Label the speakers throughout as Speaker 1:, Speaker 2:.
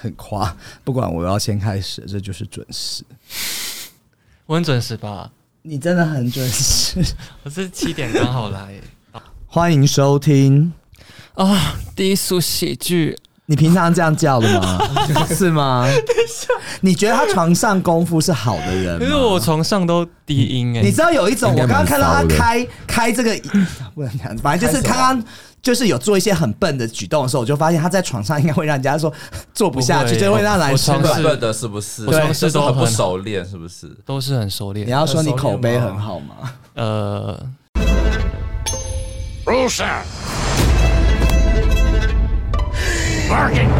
Speaker 1: 很夸，不管我要先开始，这就是准时。
Speaker 2: 我很准时吧？
Speaker 1: 你真的很准时。
Speaker 2: 我是七点刚好来
Speaker 1: 欢迎收听，
Speaker 2: 啊。低俗喜剧，
Speaker 1: 你平常这样叫的 吗？是吗？你觉得他床上功夫是好的人
Speaker 2: 可是
Speaker 1: 吗？
Speaker 2: 我床上都低音哎、
Speaker 1: 你知道有一种，我
Speaker 3: 应
Speaker 1: 刚
Speaker 3: 该
Speaker 1: 刚看到他
Speaker 3: 蛮骚的
Speaker 1: 开开这个，不能讲，反正就是刚刚就是有做一些很笨的举动的时候，我就发现他在床上应该会让人家说做不下去，
Speaker 2: 不会
Speaker 1: 就会让男生
Speaker 2: 我床
Speaker 3: 笨
Speaker 2: 是
Speaker 3: 笨的，是不是？
Speaker 2: 我
Speaker 3: 对
Speaker 2: 尝试
Speaker 3: 就是
Speaker 2: 都
Speaker 3: 很不
Speaker 2: 很
Speaker 3: 熟练，是不是？
Speaker 2: 都是很熟
Speaker 1: 你
Speaker 2: 练。
Speaker 1: 要说你口碑很好吗？
Speaker 2: 呃，
Speaker 4: Rusa! Barking!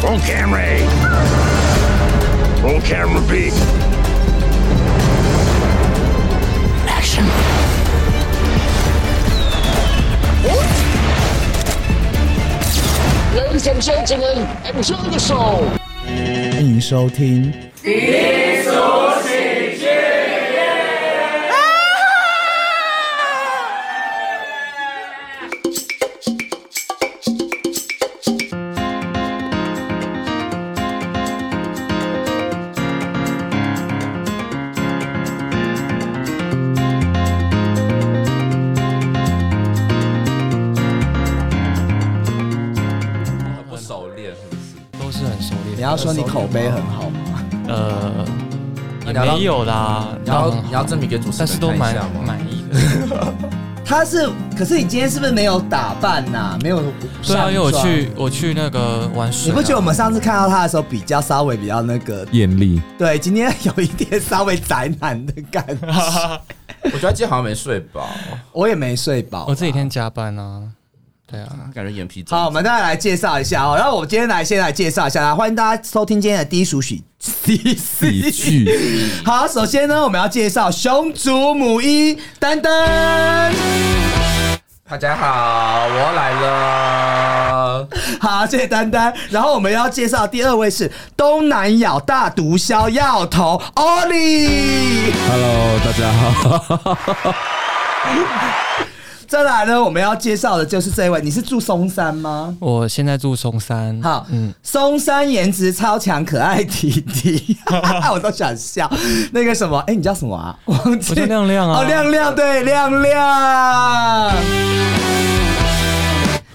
Speaker 4: Roll camera A. Roll camera B. Action!
Speaker 5: Ladies and gentlemen, enjoy the show!
Speaker 1: 欢迎收听低俗喜剧。
Speaker 3: 很不熟练，是不是？
Speaker 2: 都是很熟练。
Speaker 1: 你要说你口碑很好吗？
Speaker 2: 呃，
Speaker 3: 你要让
Speaker 2: 没有啦，
Speaker 3: 你要
Speaker 2: 嗯
Speaker 3: 你要证明给主持
Speaker 2: 但
Speaker 3: 人
Speaker 2: 是都
Speaker 3: 看一
Speaker 2: 蛮嗯
Speaker 3: 下吗？
Speaker 2: 满意的。
Speaker 1: 他是，可是你今天是不是没有打扮呐、没有
Speaker 2: 对啊，
Speaker 1: 上
Speaker 2: 因为我
Speaker 1: 妆
Speaker 2: 去我去那个玩
Speaker 1: 你
Speaker 2: 水、啊，
Speaker 1: 不觉得我们上次看到他的时候比较稍微比较那个？
Speaker 6: 艳丽，
Speaker 1: 对，今天有一点稍微宅男的感觉。
Speaker 3: 我觉得今天好像没睡饱，
Speaker 1: 我也没睡饱啊，
Speaker 2: 我这几天加班啊？对啊，
Speaker 3: 感觉眼皮肿
Speaker 1: 好，我们再来介绍一下哦。然后我今天来先来介绍一下啦，欢迎大家收听今天的低俗喜低俗
Speaker 6: 喜剧，
Speaker 1: 好，首先呢，我们要介绍熊祖母一丹丹。
Speaker 3: 大家好，我来 了。
Speaker 1: 好，谢谢丹丹。然后我们要介绍第二位是东南亚大毒枭药头 Oli。
Speaker 6: Hello，大家好，
Speaker 1: 再来呢，我们要介绍的就是这一位，你是住松山吗？
Speaker 2: 我现在住松山。
Speaker 1: 好，松山颜值超强，可爱弟弟， 我都想笑。那个什么，哎、你叫什么啊？忘记
Speaker 2: 我叫亮亮啊
Speaker 1: 哦，亮亮，对，亮亮。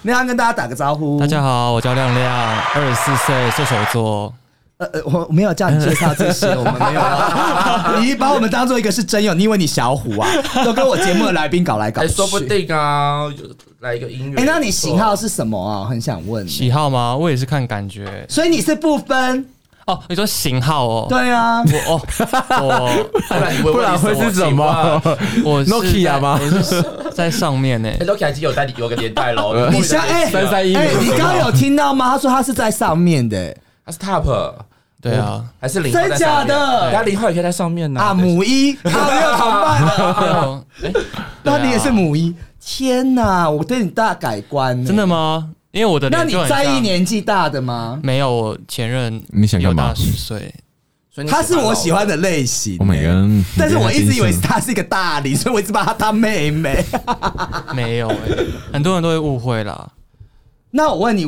Speaker 1: 亮亮跟大家打个招呼。
Speaker 2: 大家好，我叫亮亮，二十四岁，射手座。
Speaker 1: 呃呃，我没有叫你介绍这些，我们没有要。你把我们当做一个是真友，你以为你小虎啊？都跟我节目的来宾搞来搞
Speaker 3: 哎，
Speaker 1: 去。
Speaker 3: 说不。定啊，有来一个音乐。
Speaker 1: 哎、那你型号
Speaker 3: 是？
Speaker 1: 是什么啊？很想问。
Speaker 2: 喜好吗？我也是看感觉。
Speaker 1: 所以你是不分？
Speaker 2: 哦，你说型号哦？
Speaker 1: 对啊。
Speaker 2: 我哦，我
Speaker 3: 不然你
Speaker 6: 不然会是什么？
Speaker 2: 我是在
Speaker 6: Nokia 吗
Speaker 2: 我是在上面 呢、
Speaker 3: 哎 l o k 已经有带有个年代 了，
Speaker 1: 你像哎，
Speaker 6: 三三一
Speaker 3: 啊
Speaker 1: 哎，你刚刚有听到吗？他说他是在上面的欸
Speaker 3: 它是 Top
Speaker 2: 对啊，
Speaker 3: 还是零？
Speaker 1: 真假的
Speaker 3: 那零号也可以在上面呢。
Speaker 1: 啊，母一，他没有同伴了，
Speaker 2: 还有哎，
Speaker 1: 那
Speaker 2: 对
Speaker 1: 你也是
Speaker 2: 啊
Speaker 1: 母一，天哪，我对你大改观欸，
Speaker 2: 真的吗？因为我的
Speaker 1: 那
Speaker 2: 脸
Speaker 1: 你
Speaker 2: 就很像
Speaker 1: 在意年纪大的吗？
Speaker 2: 没有我前任
Speaker 6: 你想
Speaker 2: 有
Speaker 6: 干嘛
Speaker 2: 大十岁，
Speaker 3: 所
Speaker 2: 嗯
Speaker 3: 以你
Speaker 1: 他是我
Speaker 3: 老
Speaker 1: 喜欢的类型欸。
Speaker 6: Oh my god！
Speaker 1: 但是我一直以为他是一个大龄， 所以我一直把他当妹 妹。
Speaker 2: 没有、哎，很多人都会误会啦。
Speaker 1: 那我问你，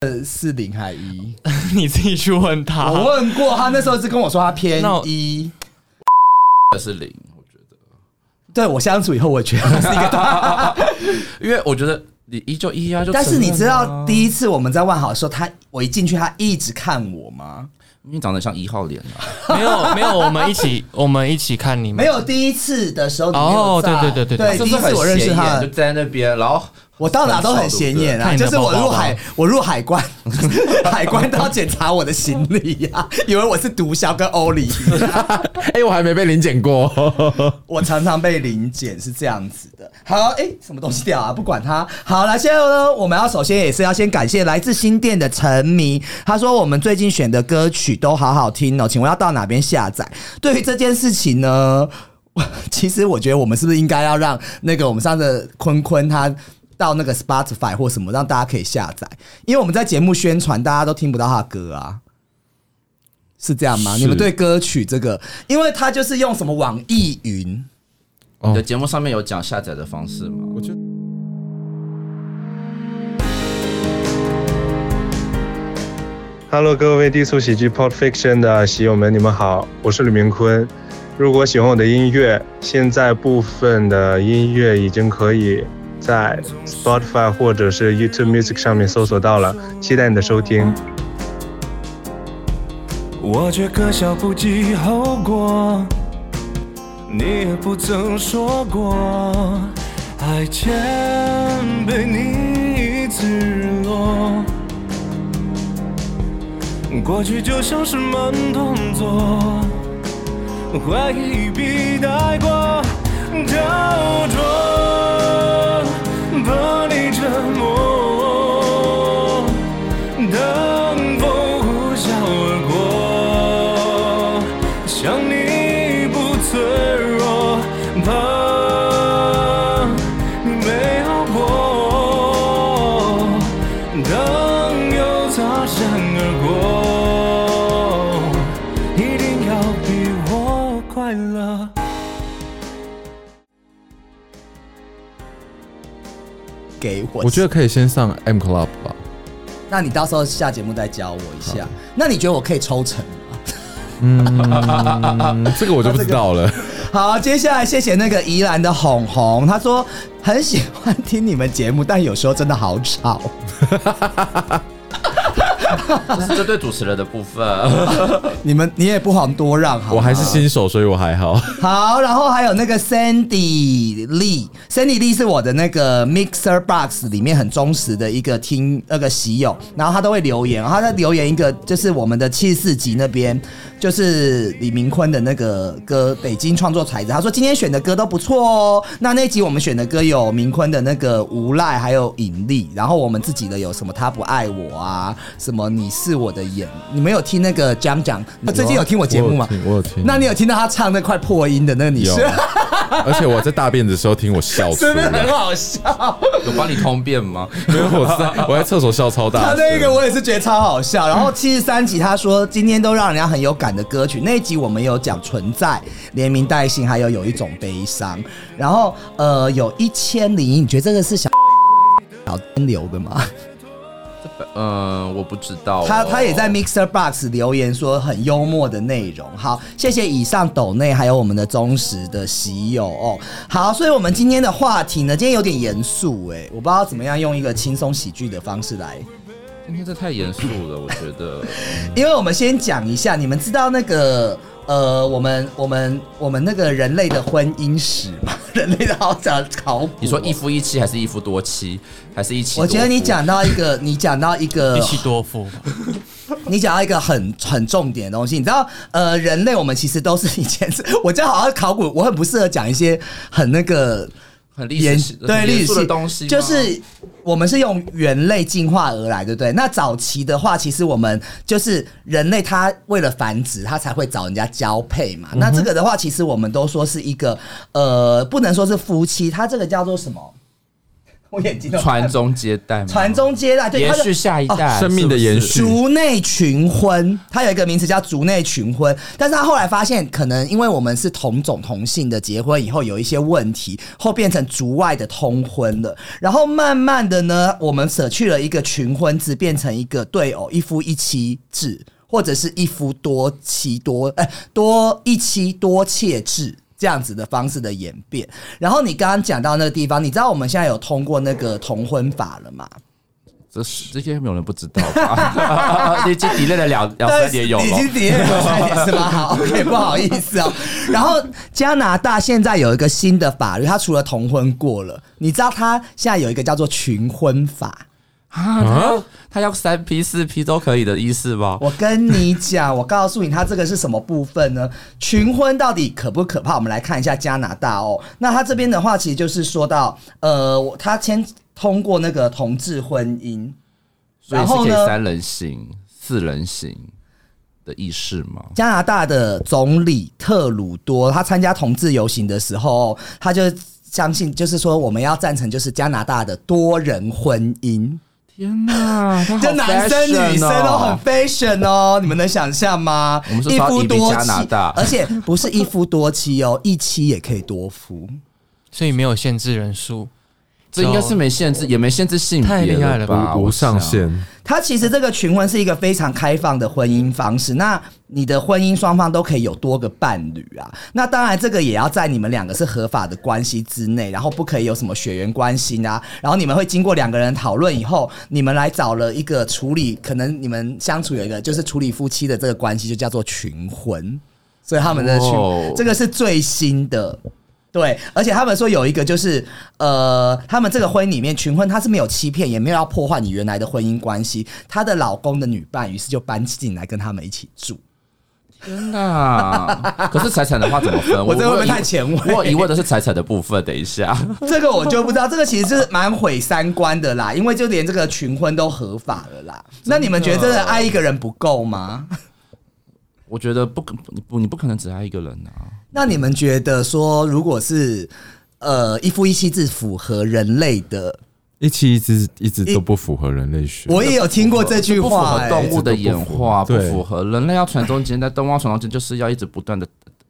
Speaker 1: 呃，是林海一？
Speaker 2: 你自己去问他。
Speaker 1: 我问过他，那时候是跟我说他偏
Speaker 2: 那我
Speaker 1: 一。
Speaker 3: 的是零，我觉得，
Speaker 1: 对我相处以后，我觉得他 是一个大。
Speaker 3: 因为我觉得你一就一啊，就
Speaker 1: 但是
Speaker 3: 承认
Speaker 1: 你知道
Speaker 3: 啊
Speaker 1: 第一次我们在万豪的时候，他我一进去，他一直看我吗？
Speaker 3: 你长得像一号脸啊，
Speaker 2: 没有没有，我们一起我们一起看你们
Speaker 1: 没有，第一次的时候你没有
Speaker 2: 哦
Speaker 1: 在
Speaker 2: 对对对对对
Speaker 1: 第一次我认识
Speaker 3: 是不是很
Speaker 1: 他
Speaker 3: 显眼就，站在那边，然后
Speaker 1: 我到哪都很显眼啊，
Speaker 2: 看你
Speaker 1: 就
Speaker 2: 的
Speaker 1: 是我
Speaker 2: 包包
Speaker 1: 入
Speaker 2: 吧
Speaker 1: 海，我入海关， 海关都要检查我的行李呀、以为我是毒枭跟欧里一样。
Speaker 6: 哎、我还没被临检过，
Speaker 1: 我常常被临检是这样子的。好，哎、什么东西掉啊？不管它。好了，现在呢，我们要首先也是要先感谢来自新店的沉迷，他说我们最近选的歌曲都好好听哦，请问要到哪边下载？对于这件事情呢，我 其实我觉得我们是不是应该要让那个我们上次坤坤他。到那个 Spotify 或什么，让大家可以下载，因为我们在节目宣传，大家都听不到他的歌啊。是这样吗？
Speaker 6: 是
Speaker 1: 你们对歌曲这个，因为他就是用什么网易云，
Speaker 6: 哦
Speaker 3: 你的节目上面有讲下载的方式吗？
Speaker 6: 我觉得
Speaker 7: Hello，各位低俗喜剧 Pod Fiction 的喜友们，你们好，我是吕明坤。如果喜欢我的音乐，现在部分的音乐已经可以在 Spotify 或者是 YouTube Music 上面搜索到了，期待你的收听。
Speaker 8: 我却可笑不计后果，你也不曾说过，爱前被你一次日落。过去就像是慢动作，怀疑比带过雕琢，把你折磨。当风呼啸而过，想你不脆弱，怕没好过。当又擦身而过，一定要比我快乐。
Speaker 1: 给我，
Speaker 6: 我觉得可以先上 M Club 吧。
Speaker 1: 那你到时候下节目再教我一下。那你觉得我可以抽成吗？啊
Speaker 6: 嗯，这个我就不知道了。
Speaker 1: 好，接下来谢谢那个宜兰的红红，他说很喜欢听你们节目，但有时候真的好吵。
Speaker 3: 这是针对主持人的部分。
Speaker 1: 你们你也不遑多让，好吗
Speaker 6: 我还是新手，所以我还 好。
Speaker 1: 好，然后还有那个 Sandy Lee，Sandy Lee 是我的那个 Mixer Box 里面很忠实的一个听那个喜友，然后他都会留言，然后他在留言一个就是我们的七十四集那边，就是李明坤的那个歌《北京创作才子》，他说今天选的歌都不错哦。那那集我们选的歌有明坤的那个《无赖》，还有《引力》，然后我们自己的有什么他不爱我啊，什么你是我的眼，你们有听那个讲讲？啊最近有听我节目吗
Speaker 6: 我有？听我有听
Speaker 1: 那你有听到他唱那块破音的那个女
Speaker 6: 有
Speaker 1: 生，，
Speaker 6: 而且我在大便的时候听我笑出
Speaker 1: 是不是很
Speaker 6: 来，
Speaker 1: 好笑？
Speaker 3: 有帮你通便吗？
Speaker 6: 没有，我在我在厕所笑超
Speaker 1: 他
Speaker 6: 大声。
Speaker 1: 那个我也是觉得超好笑。然后七十三集他说今天都让人家很有感的歌曲，那一集我们有讲存在、连名带姓，还有有一种悲伤。然后呃，有一千零一，你觉得这个是小 小流的吗？
Speaker 3: 嗯，我不知道哦。
Speaker 1: 他他也在 Mixer Box 留言说很幽默的内容。好，谢谢以上抖内还有我们的忠实的喜友哦。好，所以我们今天的话题呢，今天有点严肃哎，我不知道怎么样用一个轻松喜剧的方式来，
Speaker 3: 今天这太严肃了，我觉得。
Speaker 1: 因为我们先讲一下，你们知道那个。呃，我们我们我们那个人类的婚姻史嘛， 人类的好讲考古。哦
Speaker 3: 你说一夫一妻还是一夫多妻，还是一妻多夫？
Speaker 1: 我觉得你讲到一个，你讲到一个
Speaker 2: 一妻多夫，
Speaker 1: 你讲到一个很很重点的东西，你知道，呃，人类我们其实都是以前是，我这样好像考古，我很不适合讲一些很那个
Speaker 3: 很历
Speaker 1: 严
Speaker 3: 史
Speaker 1: 对
Speaker 3: 历
Speaker 1: 历
Speaker 3: 史
Speaker 1: 史
Speaker 3: 的东西吗，
Speaker 1: 就是我们是用猿类进化而来，对不对？那早期的话，其实我们就是人类，它为了繁殖，它才会找人家交配嘛。
Speaker 3: 嗯
Speaker 1: 那这个的话，其实我们都说是一个呃，不能说是夫妻，它这个叫做什么？我眼睛都看
Speaker 3: 传
Speaker 1: 不
Speaker 3: 宗接代吗，
Speaker 1: 传宗哦接代，对，
Speaker 3: 延
Speaker 1: 它就
Speaker 3: 续下一代
Speaker 6: 生命的延续
Speaker 3: 是不是
Speaker 1: 族内群婚，它有一个名词叫族内群婚，但是他后来发现，可能因为我们是同种同性的结婚以后有一些问题，后变成族外的通婚了。然后慢慢的呢，我们舍去了一个群婚制，变成一个对偶一夫一妻制，或者是一夫多妻多哎、多一妻多妾制。这样子的方式的演变，然后你刚刚讲到那个地方，你知道我们现在有通过那个同婚法了吗？
Speaker 3: 这是这些没有人不知道吧？ 已经 delay 了两两
Speaker 1: 但
Speaker 3: 三
Speaker 1: 是
Speaker 3: 年有
Speaker 1: 已经
Speaker 3: 了。
Speaker 1: 叠了三年是吗？ 好，OK，不好意思哦。然后加拿大现在有一个新的法律，它除了同婚过了，你知道它现在有一个叫做群婚法。
Speaker 3: 啊，他要三 P 四 P 都可以的意思吧？
Speaker 1: 我跟你讲，我告诉你，它这个是什么部分呢？群婚到底可不可怕？我们来看一下加拿大哦。那它这边的话，其实就是说到，呃，我它先通过那个同志婚姻，
Speaker 3: 所以
Speaker 1: 然
Speaker 3: 是
Speaker 1: 后
Speaker 3: 可以
Speaker 1: 呢
Speaker 3: 三人行、四人行的意识吗？
Speaker 1: 加拿大的总理特鲁多，他参加同志游行的时候，他就相信，就是说我们要赞成就是加拿大的多人婚姻，
Speaker 3: 天哪， 他好
Speaker 1: 就男生
Speaker 3: fashion 哦
Speaker 1: 女生都很 fashion 啊哦，你们能想象吗？
Speaker 3: 我们是
Speaker 1: 一
Speaker 3: 说要
Speaker 1: 夫
Speaker 3: 移民
Speaker 1: 多
Speaker 3: 加拿
Speaker 1: 妻
Speaker 3: 大，
Speaker 1: 而且不是一夫多妻哦，一妻也可以多夫。
Speaker 2: 所以没有限制人数，
Speaker 3: 这应该是没限制，也没限制性别
Speaker 2: 太厉害了
Speaker 3: 吧？
Speaker 2: 吧
Speaker 6: 无
Speaker 3: 我
Speaker 6: 上
Speaker 3: 想。
Speaker 6: 限，
Speaker 1: 它其实这个群婚是一个非常开放的婚姻方式。那你的婚姻双方都可以有多个伴侣啊。那当然，这个也要在你们两个是合法的关系之内，然后不可以有什么血缘关系啊。然后你们会经过两个人讨论以后，你们来找了一个处理，可能你们相处有一个就是处理夫妻的这个关系，就叫做群婚。所以他们的群，
Speaker 3: 哦
Speaker 1: 这个是最新的。对，而且他们说有一个就是，呃，他们这个婚姻里面群婚，他是没有欺骗，也没有要破坏你原来的婚姻关系。她的老公的女伴于是就搬进来跟他们一起 住。
Speaker 3: 天哪！可是财产的话怎么分？
Speaker 1: 我这会不会
Speaker 3: 有疑
Speaker 1: 太前卫
Speaker 3: 我有疑问的是财产的部分。等一下，
Speaker 1: 这个我就不知道，这个其实是蛮毁三观的啦，因为就连这个群婚都合法了啦。那你们觉得真的爱一个人不够 吗？
Speaker 3: 我觉得不可你不你不可能只爱一个人啊。
Speaker 1: 那你们觉得说，如果是呃一夫一妻制符合人类的，
Speaker 6: 一妻一直一直都不符合人类学。
Speaker 1: 我也有听过这句话、
Speaker 3: 不符合
Speaker 1: 欸
Speaker 3: 动物的演化，
Speaker 6: 这
Speaker 3: 不
Speaker 6: 都不符
Speaker 3: 符
Speaker 6: 合
Speaker 3: 合人类要传宗接代，动物要传宗接代就是要一直不断的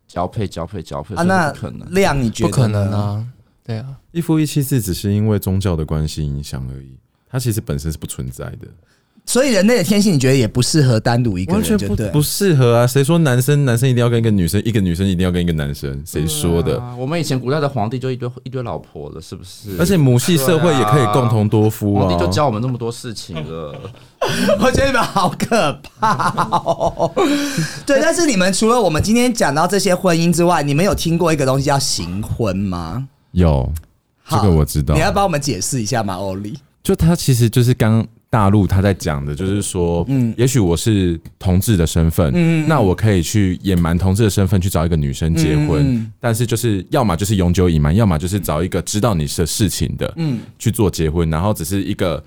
Speaker 3: 交配、交配、交配，
Speaker 1: 啊，
Speaker 3: 所以
Speaker 1: 那
Speaker 3: 不可能。
Speaker 1: 亮你觉
Speaker 2: 不
Speaker 1: 得？
Speaker 2: 可能！啊，对啊，
Speaker 6: 一夫一妻制只是因为宗教的关系影响而已，它其实本身是不存在的，
Speaker 1: 所以人类的天性，你觉得也不适合单独一个
Speaker 6: 完
Speaker 1: 人，
Speaker 6: 全
Speaker 1: 就
Speaker 6: 不
Speaker 1: 对。
Speaker 6: 不 适合啊！谁说男生男生一定要跟一个女生，一个女生一定要跟一个男生？谁说的？
Speaker 3: 啊我们以前古代的皇帝就一堆一堆老婆了，是不是？
Speaker 6: 而且母系社会也可以共同多夫
Speaker 3: 皇
Speaker 6: 啊！
Speaker 3: 帝就教我们那么多事情了。
Speaker 1: 我觉得你们好可怕、哦。对，但是你们除了我们今天讲到这些婚姻之外，你们有听过一个东西叫行婚吗？
Speaker 6: 有这
Speaker 1: 好
Speaker 6: 个我知道
Speaker 1: 你，要帮我们解释一下吗，欧丽？
Speaker 6: 就他其实就是刚大陆他在讲的，就是说，嗯，也许我是同志的身份，嗯，那我可以去隐瞒同志的身份去找一个女生结婚，但是就是要么就是永久隐瞒，要么就是找一个知道你的事情的，嗯，去做结婚，然后只是一个，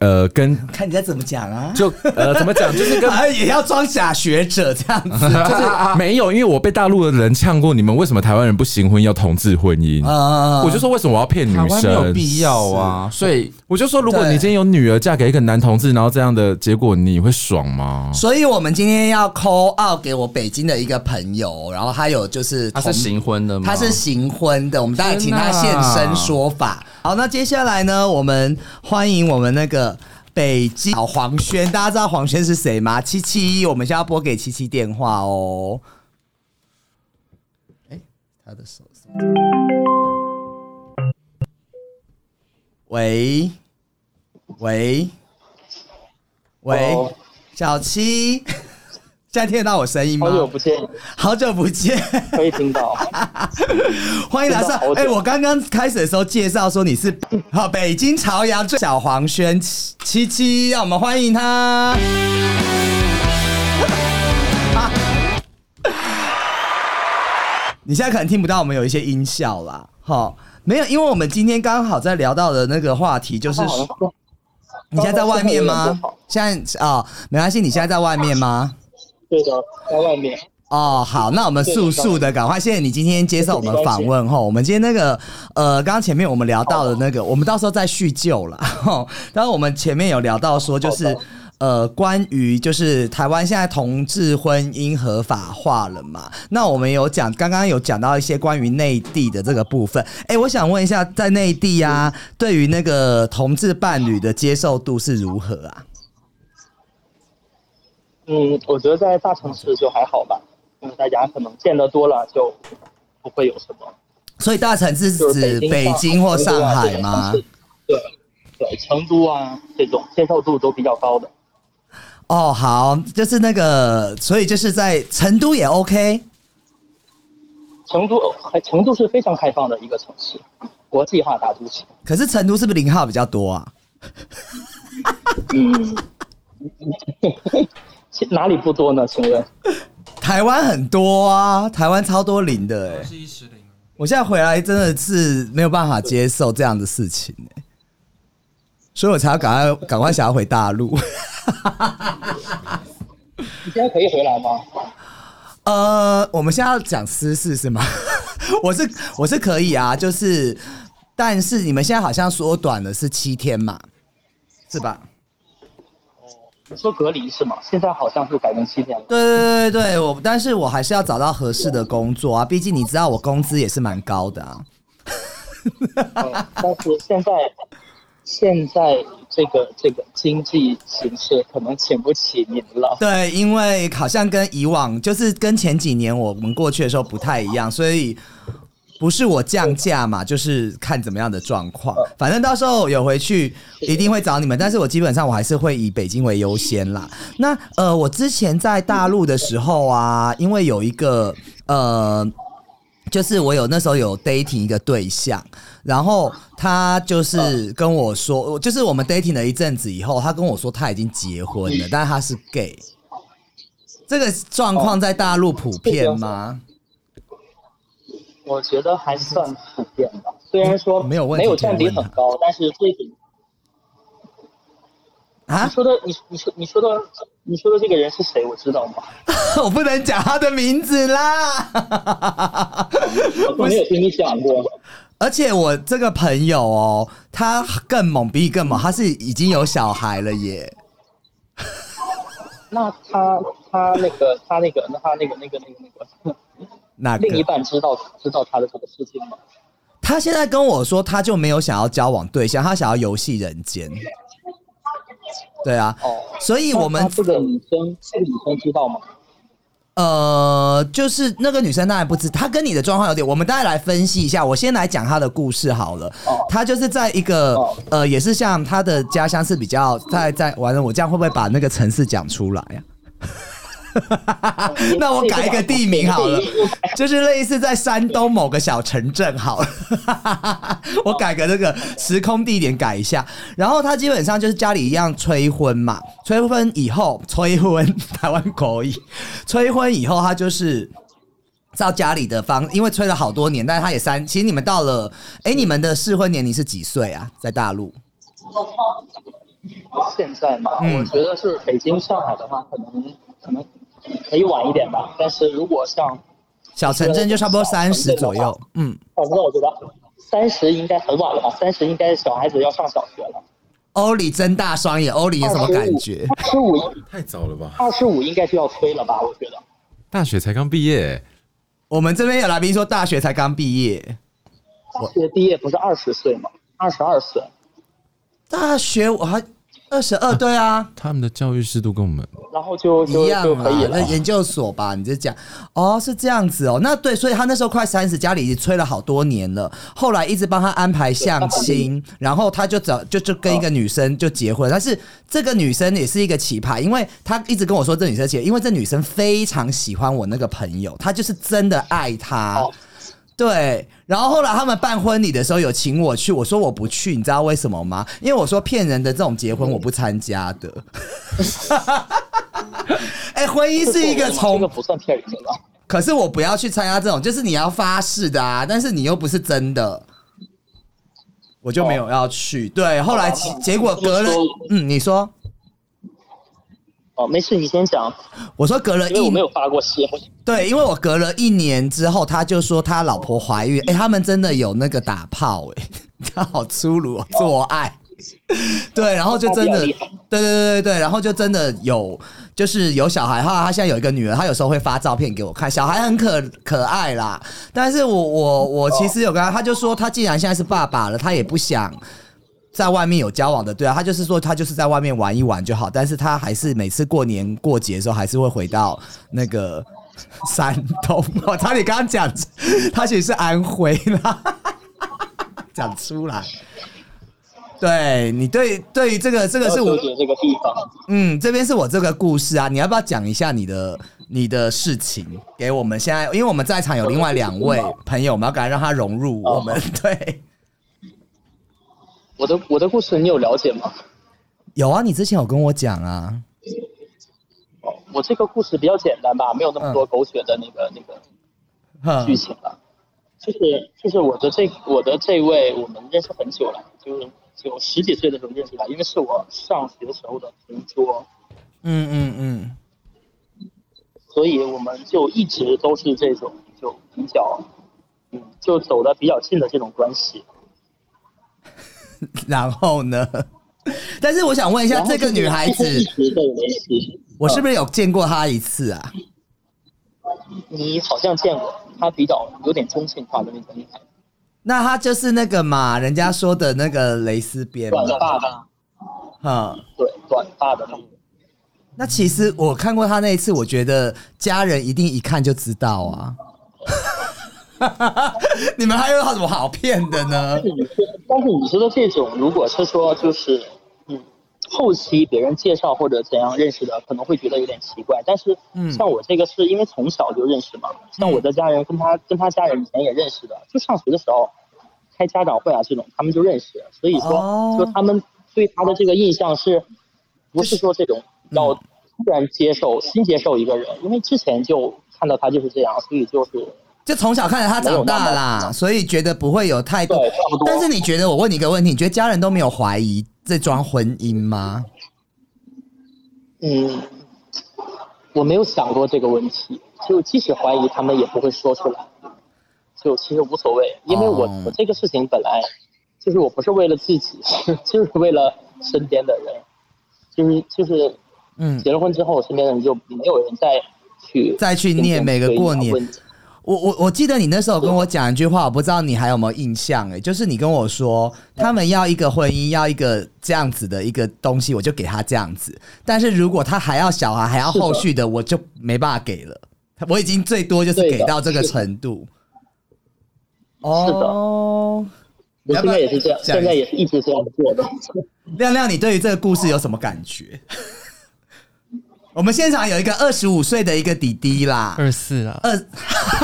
Speaker 6: 呃，跟
Speaker 1: 看你在怎么讲啊？
Speaker 6: 就 呃怎么讲，就是跟
Speaker 1: 好像也要装假学者这样子
Speaker 6: 就是没有，因为我被大陆的人呛过，你们为什么台湾人不行婚要同志婚姻？
Speaker 1: 啊？
Speaker 6: 我就说为什么我要骗女
Speaker 3: 台湾没有
Speaker 6: 生？
Speaker 3: 必要啊，所以
Speaker 6: 我就说，如果你今天有女儿嫁给一个男同志，然后这样的结果，你会爽吗？
Speaker 1: 所以我们今天要 call out 给我北京的一个朋友，然后 他有就是
Speaker 3: 他是
Speaker 1: 同
Speaker 3: 行婚的吗？
Speaker 1: 他是行婚的，我们当然请他现身说法。好，那接下来呢，我们欢迎我们那个北京好黄轩，大家知道黄轩是谁吗？七七一，我们现在要拨给七七电话哦。哎、他的手是喂喂喂
Speaker 9: Hello
Speaker 1: 小七，现在听得到我声音吗
Speaker 9: 好？久不见，
Speaker 1: 好久不见。
Speaker 9: 可以听到。
Speaker 1: 欢迎来上
Speaker 9: 真的好。久
Speaker 1: 哎、我刚刚开始的时候介绍说你是 好北京朝阳最小黄轩七七七，让我们欢迎他。 你现在可能听不到我们有一些音效啦，好，没有，因为我们今天刚好在聊到的那个话题就是，
Speaker 9: 哦好像说
Speaker 1: 你现在在外面吗
Speaker 9: 刚好？
Speaker 1: 现在啊、没关系，你现在在外面吗？
Speaker 9: 对的，在外面。
Speaker 1: 哦，好，那我们速速的，赶快！谢谢你今天接受我们访问哈。我们今天那个，呃，刚刚前面我们聊到的那
Speaker 9: 哦
Speaker 1: 个，我们到时候再叙旧啦。 吼当然，我们前面有聊到说，
Speaker 9: 哦
Speaker 1: 就是呃，关于就是台湾现在同志婚姻合法化了嘛？那我们有讲，刚刚有讲到一些关于内地的这个部分。哎，我想问一下，在内地
Speaker 9: 嗯
Speaker 1: 啊，对于那个同志伴侣的接受度是如何啊？
Speaker 9: 嗯，我觉得在大城市就还好吧，嗯，大家可能见得多了就不会有什么。
Speaker 1: 所以大城市
Speaker 9: 就
Speaker 1: 指
Speaker 9: 是京、啊
Speaker 1: 北京或上海吗？
Speaker 9: 成都啊这种城市对，对，成都啊这种接受度都比较高的。
Speaker 1: 哦，好，就是那个，所以就是在成都也 OK
Speaker 9: 成都，还成都是非常开放的一个城市，国际化大都市。
Speaker 1: 可是成都是不是零号比较多啊？
Speaker 9: 其哪里不多呢？请问？
Speaker 1: 台湾很多啊，台湾超多零的哎、
Speaker 2: 是一十零。
Speaker 1: 我现在回来真的是没有办法接受这样的事情哎、所以我才要赶快赶快想要回大陆。
Speaker 9: 你现在可以回来吗？
Speaker 1: 呃，我们现在要讲私事是吗？ 我是我是可以啊，就是，但是你们现在好像缩短了是七天嘛，是吧？
Speaker 9: 你说隔离是吗？现在好像是改成七天了。
Speaker 1: 对对对对，我但是我还是要找到合适的工作啊，毕竟你知道我工资也是蛮高的啊。
Speaker 9: 嗯但是现在现在这个这个经济形势可能请不起您了。
Speaker 1: 对，因为好像跟以往，就是跟前几年我们过去的时候不太一样，所以不是我降价嘛，就是看怎么样的状况。反正到时候有回去一定会找你们，但是我基本上我还是会以北京为优先啦。那呃，我之前在大陆的时候啊，因为有一个呃。就是我有那时候有 dating 一个对象，然后他就是跟我说，就是我们 dating 了一阵子以后，他跟我说他已经结婚了，但是他是 gay。这个状况在大陆普遍吗？
Speaker 9: 我觉得还算普遍吧，虽然说
Speaker 1: 嗯没有问题啊
Speaker 9: 没有占比
Speaker 1: 可以问
Speaker 9: 很
Speaker 1: 他
Speaker 9: 高，但是这种你
Speaker 1: 啊，
Speaker 9: 说的你你说你说的你说的这个人是谁？我知道吗？
Speaker 1: 我不能讲他的名字啦。
Speaker 9: 我没有听你讲过。
Speaker 1: 而且我这个朋友哦，他更猛，比你更猛，他是已经有小孩了耶。
Speaker 9: 那他他那个他那个那他那个那个那个那个
Speaker 1: 那个
Speaker 9: 另一半知道知道他的这个事情吗？
Speaker 1: 他现在跟我说，他就没有想要交往对象，他想要游戏人间。对啊，
Speaker 9: 哦，
Speaker 1: 所以我
Speaker 9: 那
Speaker 1: 们
Speaker 9: 他这个女生这个女生知道吗？
Speaker 1: 呃，就是那个女生当然不知，她跟你的状况有点，我们大家来分析一下。我先来讲她的故事好了
Speaker 9: 哦。
Speaker 1: 她就是在一个
Speaker 9: 哦
Speaker 1: 呃，也是像她的家乡是比较在在，完了我这样会不会把那个城市讲出来呀、啊？ 那我改一个地名好 了，就是类似在山东某个小城镇好了， 我改个这个时空地点改一下。然后她基本上就是家里一样催婚嘛，催婚以后催婚， 台湾口音，催婚以后她就是照家里的方，因为催了好多年，但是他也三。其实你们到了，哎、你们的适婚年龄是几岁啊？在大陆？
Speaker 9: 现在嘛，
Speaker 1: 嗯
Speaker 9: 我觉得是北京、上海的话，可能可能可以晚一点吧。但是如果像
Speaker 1: 小城镇就差不多三十左右。嗯，
Speaker 9: 反哦正我觉得三十应该很晚了吧，三十应该小孩子要上小学了。
Speaker 1: 欧里睁大双眼，欧里有什么感觉？
Speaker 9: 二十五，
Speaker 6: 太早了吧？
Speaker 9: 二十五应该是要催了吧？我觉得。
Speaker 6: 大学才刚毕业，
Speaker 1: 我们这边有来宾说大学才刚毕业，
Speaker 9: 大学毕业不是二十岁吗？二十二岁，
Speaker 1: 大学我还二十 二，对啊，
Speaker 6: 他们的教育制度跟我们
Speaker 9: 然后就
Speaker 1: 一
Speaker 9: 就
Speaker 1: 样
Speaker 9: 就
Speaker 1: 啦
Speaker 9: 可以，
Speaker 1: 那
Speaker 9: 了。
Speaker 1: 研究所吧，你就讲哦，是这样子哦，那对，所以他那时候快三十，家里已经催了好多年了，后来一直帮他安排 相亲，然后他就找就就跟一个女生就结婚，但是这个女生也是一个奇葩，因为他一直跟我说这女生奇葩，因为这女生非常喜欢我那个朋友，她就是真的爱他。
Speaker 9: 哦
Speaker 1: 对，然后后来他们办婚礼的时候有请我去，我说我不去，你知道为什么吗？因为我说骗人的这种结婚我不参加的。哎、婚姻是一个
Speaker 9: 这个
Speaker 1: 从，
Speaker 9: 不算骗人的吧？
Speaker 1: 可是我不要去参加这种，就是你要发誓的啊，但是你又不是真的，我就没有要去。对，后来其结果隔了
Speaker 9: 那你说，
Speaker 1: 嗯，你说，
Speaker 9: 哦，没事，你先讲，
Speaker 1: 我说隔了
Speaker 9: 因为
Speaker 1: 一
Speaker 9: 我没有发过誓。
Speaker 1: 对，因为我隔了一年之后，他就说他老婆怀孕，哎、他们真的有那个打炮、哎， 他好粗鲁、哦，做爱。 对，然后就真的，
Speaker 9: 他
Speaker 1: 对
Speaker 9: 比较厉害
Speaker 1: 对对对对，然后就真的有，就是有小孩哈，他现在有一个女儿，他有时候会发照片给我看，小孩很可可爱啦。但是我我我其实有跟他，他就说他既然现在是爸爸了，他也不想在外面有交往的，对啊，他就是说他就是在外面玩一玩就好，但是他还是每次过年过节的时候还是会回到那个 山东，我差点刚刚讲，他其实是安徽啦，讲出来。对你对对于这个这个是我
Speaker 9: 纠结这个地方，
Speaker 1: 嗯，这边是我这个故事啊，你要不要讲一下你的你的事情给我们？现在因为我们在场有另外两位朋友，我们要赶快让他融入我们。对，
Speaker 9: 我的我的故事你有了解吗？
Speaker 1: 有啊，你之前有跟我讲啊，
Speaker 9: 我这个故事比较简单吧，没有那
Speaker 1: 嗯
Speaker 9: 么多狗血的那个、那个
Speaker 1: 哼
Speaker 9: 剧情了。就是就是我的这我的这位，我们认识很久了，就是就十几岁的时候认识的，因为是我上学时候的同桌，
Speaker 1: 嗯嗯嗯，
Speaker 9: 所以我们就一直都是这种就比较，嗯，就走的比较近的这种关系。
Speaker 1: 然后呢？但是我想问一下，
Speaker 9: 然后
Speaker 1: 这个女孩子
Speaker 9: 就是，一直在维系，
Speaker 1: 我是不是有见过她一次啊？
Speaker 9: 你好像见过她比较有点中性化的那种女孩，
Speaker 1: 那她就是那个嘛，人家说的那个蕾丝边嘛
Speaker 9: 短，发的，
Speaker 1: 哈。
Speaker 9: 对，短发的那种。
Speaker 1: 那其实我看过他那一次，我觉得家人一定一看就知道啊。 你们还有什么好骗的呢？
Speaker 9: 但是你说，但是你说的这种，如果是说就是，嗯，后期别人介绍或者怎样认识的，可能会觉得有点奇怪。但是像我这个是因为从小就认识嘛，像我的家人跟他跟他家人以前也认识的，就上学的时候开家长会啊这种，他们就认识，所以说、
Speaker 1: 哦
Speaker 9: 说他们对他的这个印象是，不是说这种要突然接受新接受一个人，因为之前就看到他就是这样，所以就是。
Speaker 1: 就从小看着他长大啦，所以觉得不会有太多
Speaker 9: 对差不。多
Speaker 1: 但是你觉得，我问你一个问题，你觉得家人都没有怀疑这桩婚姻吗？
Speaker 9: 嗯，我没有想过这个问题，就即使怀疑，他们也不会说出来，就其实无所谓，因为我、
Speaker 1: 哦
Speaker 9: 我这个事情本来就是我不是为了自己， 就是为了身边的人，就是就是，
Speaker 1: 嗯
Speaker 9: 结了婚之后，身边的人就没有人再去
Speaker 1: 再去念每个过年
Speaker 9: 问题
Speaker 1: 我我我记得你那时候跟我讲一句话，我不知道你还有没有印象哎、就是你跟我说他们要一个婚姻，要一个这样子的一个东西，我就给他这样子。但是如果他还要小孩，还要后续的，我就没办法给了。我已经最多就是
Speaker 9: 对的
Speaker 1: 给到这个
Speaker 9: 是的
Speaker 1: 程度。
Speaker 9: 的
Speaker 1: 哦，
Speaker 9: 我现在也是这样，
Speaker 1: 要不要讲一下
Speaker 9: 现在也是一直这样做的。
Speaker 1: 亮亮，你对于这个故事有什么感觉？ 我们现场有一个二十五岁的一个弟弟啦，
Speaker 2: 二四啊，
Speaker 1: 二，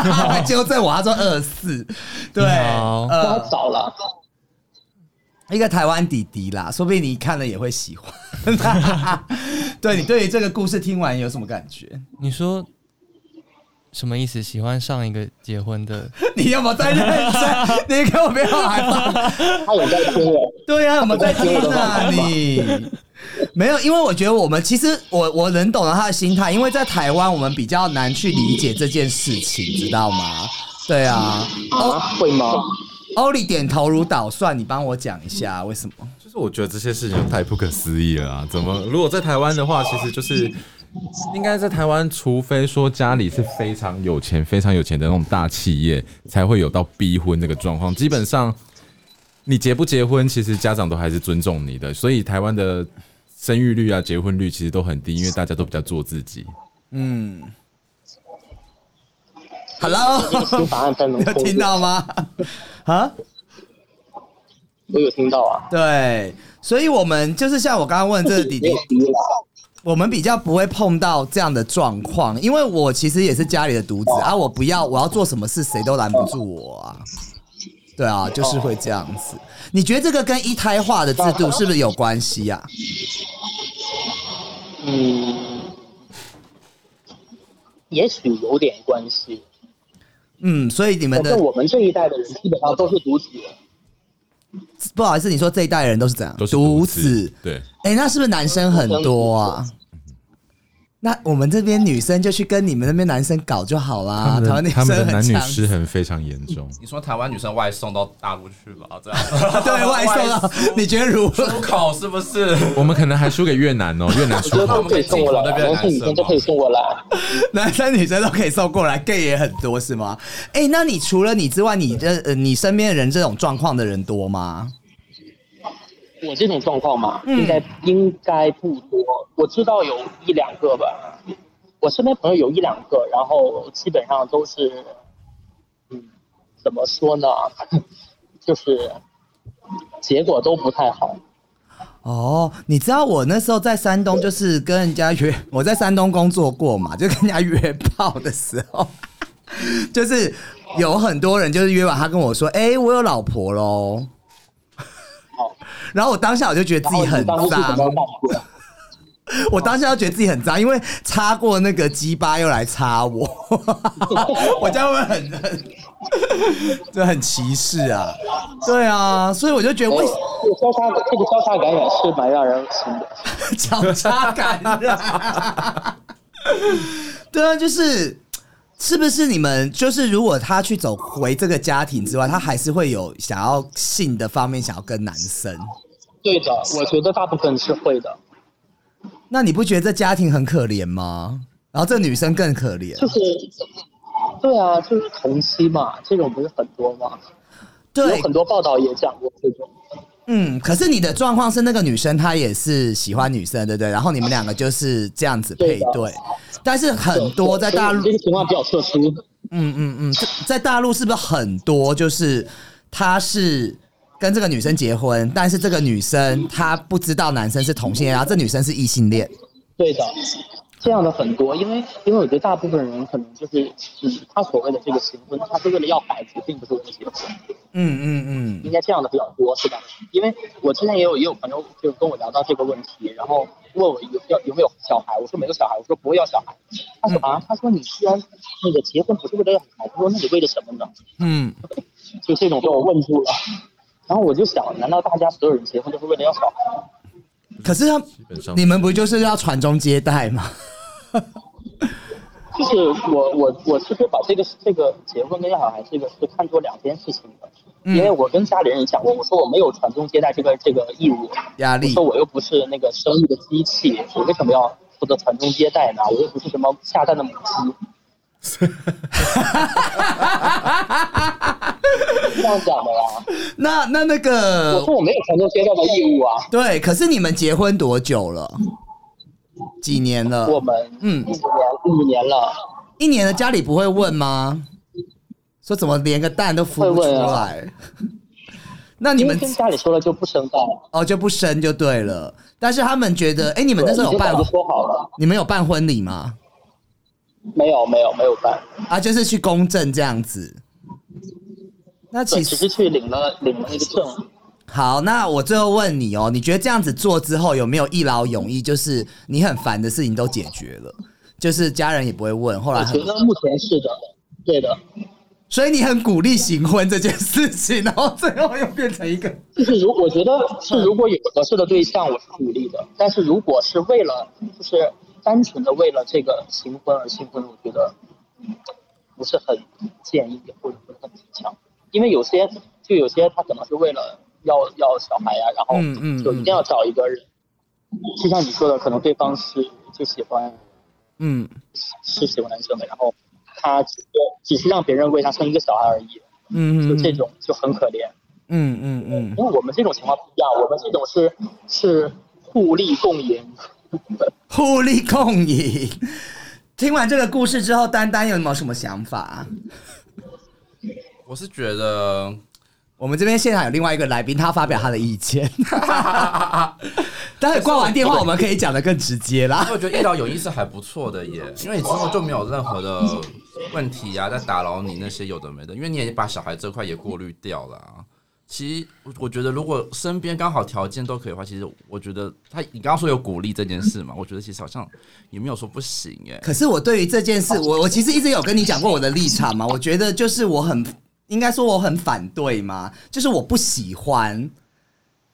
Speaker 1: 他纠正我，他说二四，对，
Speaker 2: 你好
Speaker 9: 他
Speaker 1: 呃，
Speaker 9: 早了，
Speaker 1: 一个台湾弟弟啦，说不定你看了也会喜欢。 对你对于这个故事听完有什么感觉？
Speaker 2: 你说什么意思？喜欢上一个结婚的？
Speaker 1: 你有没有在认真？你给我没有害怕？
Speaker 9: 他有在听我，
Speaker 1: 对呀、啊，我们在听啊你。没有，因为我觉得我们其实我我能懂得他的心态，因为在台湾我们比较难去理解这件事情，知道吗？对啊，
Speaker 9: 啊，会
Speaker 1: 哦
Speaker 9: 吗？
Speaker 1: 欧里点头如捣蒜，你帮我讲一下为什么？
Speaker 6: 就是我觉得这些事情太不可思议了啊！怎么如果在台湾的话，其实就是应该在台湾，除非说家里是非常有钱、非常有钱的那种大企业，才会有到逼婚这个状况。基本上，你结不结婚，其实家长都还是尊重你的。所以台湾的生育率啊、结婚率其实都很低，因为大家都比较做自己。
Speaker 1: Hello，
Speaker 9: 新法案才能
Speaker 1: 有
Speaker 9: 通
Speaker 1: 听
Speaker 9: 过，
Speaker 1: 到吗？ 啊，
Speaker 9: 我有听到啊，
Speaker 1: 对，所以我们就是像我刚刚问这个弟
Speaker 9: 没
Speaker 1: 弟
Speaker 9: 有，听了。
Speaker 1: 我们比较不会碰到这样的状况，因为我其实也是家里的独子啊，我不要，我要做什么事谁都拦不住我啊。对啊，就是会这样子。你觉得这个跟一胎化的制度是不是有关系啊呀、
Speaker 9: 嗯，也许有点关系。
Speaker 1: 嗯，所以你们
Speaker 9: 反
Speaker 1: 的
Speaker 9: 正我们这一代的人基本上都是独子，
Speaker 1: 不好意思，你说这一代人都是怎样？
Speaker 6: 都是独子嗯
Speaker 1: 子。
Speaker 6: 对，
Speaker 1: 哎、那是不是男生很多啊？那我们这边女生就去跟你们那边男生搞就好啦。台湾女
Speaker 6: 他
Speaker 1: 生
Speaker 6: 啊们的男
Speaker 1: 很
Speaker 6: 女
Speaker 1: 强
Speaker 6: 失衡非常严重。
Speaker 3: 你说台湾女生外送到大陆去吧，这样
Speaker 1: 对外送啊，你觉得如何？
Speaker 3: 出口是不是？
Speaker 6: 我们可能还输给越南哦，越南
Speaker 9: 我
Speaker 6: 输
Speaker 9: 觉得
Speaker 6: 口
Speaker 9: 都可以送过来，男生女生都可以送过来。
Speaker 1: 男生女生都可以送过来，gay 也很多是吗？哎、那你除了你之外，你的呃，你身边的人这种状况的人多吗？
Speaker 9: 我这种状况嘛，应该应该不多，我知道有一两个吧。我身边朋友有一两个，然后基本上都是，嗯，怎么说呢， 就是结果都不太好。
Speaker 1: 哦，你知道我那时候在山东，就是跟人家约， 我在山东工作过嘛，就跟人家约炮的时候， 就是有很多人就是约完，他跟我说：“哎、我有老婆喽。”然后我当下我就觉得
Speaker 9: 然
Speaker 1: 自
Speaker 9: 后
Speaker 1: 己很
Speaker 9: 你当时是
Speaker 1: 脏，
Speaker 9: 怎么办的？
Speaker 1: 我当下就觉得自己很脏，因为擦过那个鸡巴又来擦我， 我这样会不会很很 就很歧视啊？对啊，所以我就觉得
Speaker 9: 哦
Speaker 1: 为
Speaker 9: 这个交叉这个交叉感染是蛮让人恶心的。
Speaker 1: 交叉感染。 对啊，就是是不是你们就是如果他去走回这个家庭之外，他还是会有想要性的方面想要跟男生？
Speaker 9: 对的，我觉得大部分是会的，
Speaker 1: 那你不觉得这家庭很可怜吗？然后这女生更可怜，
Speaker 9: 就是，对啊，就是同期嘛，这种不是很多吗？有
Speaker 1: 对，
Speaker 9: 很多报道也讲过这种。
Speaker 1: 嗯，可是你的状况是那个女生她也是喜欢女生，对不对？然后你们两个就是这样子配对，但是很多在大陆
Speaker 9: 所以，这个情况比较特殊。
Speaker 1: 嗯嗯嗯，在在大陆是不是很多就是他是跟这个女生结婚，但是这个女生她不知道男生是同性恋，然后这女生是异性恋。
Speaker 9: 对的，这样的很多，因为因为我觉得大部分人可能就是，嗯，他所谓的这个结婚，他是为了要孩子，并不是为了结婚，
Speaker 1: 嗯嗯嗯
Speaker 9: 应该这样的比较多，是吧？因为我之前也有也有朋友就跟我聊到这个问题，然后问我有要有没有小孩，我说没有小孩，我说不会要小孩，他说啊，他说你既然那个结婚不是为了要小孩，他说那你为了什么呢？
Speaker 1: 嗯，
Speaker 9: 就这种被我问住了，然后我就想，难道大家所有人结婚都是为了要小孩吗？
Speaker 1: 可是他
Speaker 6: 本上
Speaker 1: 你们不就是要传宗接代吗？
Speaker 9: 就是我我我其实把这个这个结婚跟要小孩这个是看作两件事情的，因为我跟家里人也讲过，我说我没有传宗接代这个这个义务，
Speaker 1: 压
Speaker 9: 我
Speaker 1: 力
Speaker 9: 说我又不是那个生育的机器，我为什么要负责传宗接代呢？我又不是什么下蛋的母鸡。这样讲 的呀？
Speaker 1: 那那那
Speaker 9: 我
Speaker 1: 个
Speaker 9: 说我没有传宗接代的义务啊。
Speaker 1: 对，可是你们结婚多久了？几年了？
Speaker 9: 我们
Speaker 1: 嗯
Speaker 9: 一五年一五年了，
Speaker 1: 一年的家里不会问吗？说怎么连个蛋都孵不出
Speaker 9: 会问啊
Speaker 1: 来？ 那你
Speaker 9: 因为
Speaker 1: 们
Speaker 9: 跟家里说了就不生蛋，
Speaker 1: 哦就不生就对了。但是他们觉得，哎、你们那时候
Speaker 9: 对
Speaker 1: 有
Speaker 9: 已经
Speaker 1: 办
Speaker 9: 早就说好了，
Speaker 1: 你们有办婚礼吗？
Speaker 9: 没有没有没有办。
Speaker 1: 啊，就是去公证这样子。那
Speaker 9: 对
Speaker 1: 其
Speaker 9: 只
Speaker 1: 实
Speaker 9: 是去领了领了那个证，
Speaker 1: 好，那我最后问你哦，你觉得这样子做之后有没有一劳永逸？就是你很烦的事情都解决了，就是家人也不会问，后来
Speaker 9: 我
Speaker 1: 很
Speaker 9: 觉得目前是的，对的。
Speaker 1: 所以你很鼓励行婚这件事情，然后最后又变成一个
Speaker 9: 就是如我觉得
Speaker 1: 嗯
Speaker 9: 是如果有合适的对象，我是鼓励的。但是如果是为了就是单纯的为了这个新婚而新婚，我觉得不是很建议，或者不是很提倡。因为有些就有些他可能是为了要要小孩呀、啊然
Speaker 1: 嗯嗯
Speaker 9: 后就
Speaker 1: 嗯
Speaker 9: 一定要找一个人。就像你说的，可能对方是就喜欢
Speaker 1: 嗯。
Speaker 9: 是喜欢男生的，然后他只是只是让别人为他生一个小孩而已，
Speaker 1: 嗯
Speaker 9: 就这种就很可怜。
Speaker 1: 嗯嗯嗯，
Speaker 9: 因为我们这种情况不一样，我们这种是是互利共赢。
Speaker 1: 互利共赢。听完这个故事之后，丹丹有没有什么想法？啊
Speaker 3: 我是觉得，
Speaker 1: 我们这边现场有另外一个来宾，他发表他的意 见。
Speaker 3: 啊
Speaker 1: 待会挂完电话，我们可以讲的更直接啦。
Speaker 3: 我觉得一劳永逸是还不错的耶，因为你之后就没有任何的问题呀、在打扰你那些有的没的，因为你也把小孩这块也过滤掉了、啊。其实我我觉得，如果身边刚好条件都可以的话，其实我觉得他你刚刚说有鼓励这件事嘛，我觉得其实好像也没有说不行耶。
Speaker 1: 可是我对于这件事，我我其实一直有跟你讲过我的立场嘛。我觉得就是我很应该说我很反对嘛，就是我不喜欢。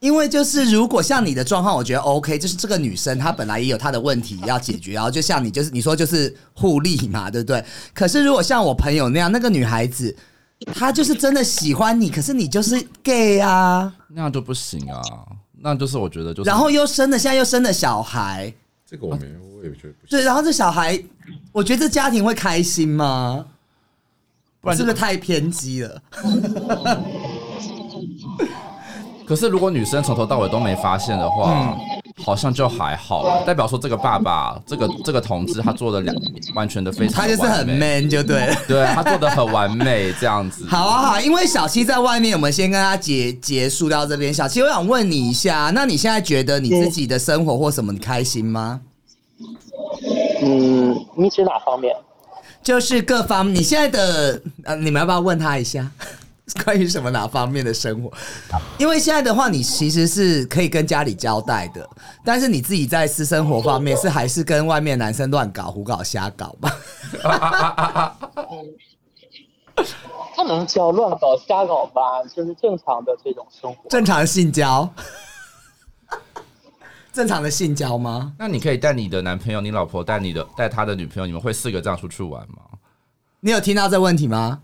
Speaker 1: 因为就是如果像你的状况，我觉得 OK，就是这个女生她本来也有她的问题要解决，然后就像你就是你说就是互利嘛，对不对？可是如果像我朋友那样，那个女孩子她就是真的喜欢你，可是你就是 gay 啊，
Speaker 3: 那样就不行啊，那就是我觉得就是，
Speaker 1: 然后又生了，现在又生了小孩，
Speaker 6: 这个我没有，我也觉得不行。
Speaker 1: 对，然后这小孩，我觉得这家庭会开心吗？
Speaker 3: 不然
Speaker 1: 是
Speaker 3: 就
Speaker 1: 不是太偏激了？
Speaker 3: 可是如果女生从头到尾都没发现的话，好像就还好，代表说这个爸爸这个这个同志他做的两完全的非常
Speaker 1: 他就是
Speaker 3: 完
Speaker 1: 很
Speaker 3: 美
Speaker 1: man 就对 了。
Speaker 3: 对他做的很完美，这样 子。
Speaker 1: 好啊，好啊，因为小七在外面，我们先跟他结结束到这边。小七，我想问你一下，那你现在觉得你自己的生活或什么你开心吗？
Speaker 9: 嗯，你指哪方面？
Speaker 1: 就是各方，你现在的呃，你们要不要问他一下 关于什么哪方面的生活？因为现在的话，你其实是可以跟家里交代的，但是你自己在私生活方面是还是跟外面男生乱搞、胡搞、瞎搞吧？
Speaker 9: 他能叫乱搞瞎搞吧，就是正常的这种生活。
Speaker 1: 正常性交， 正常的性交吗？
Speaker 3: 那你可以带你的男朋友、你老婆带你的带他的女朋友，你们会四个这样出去玩吗？
Speaker 1: 你有听到这问题吗？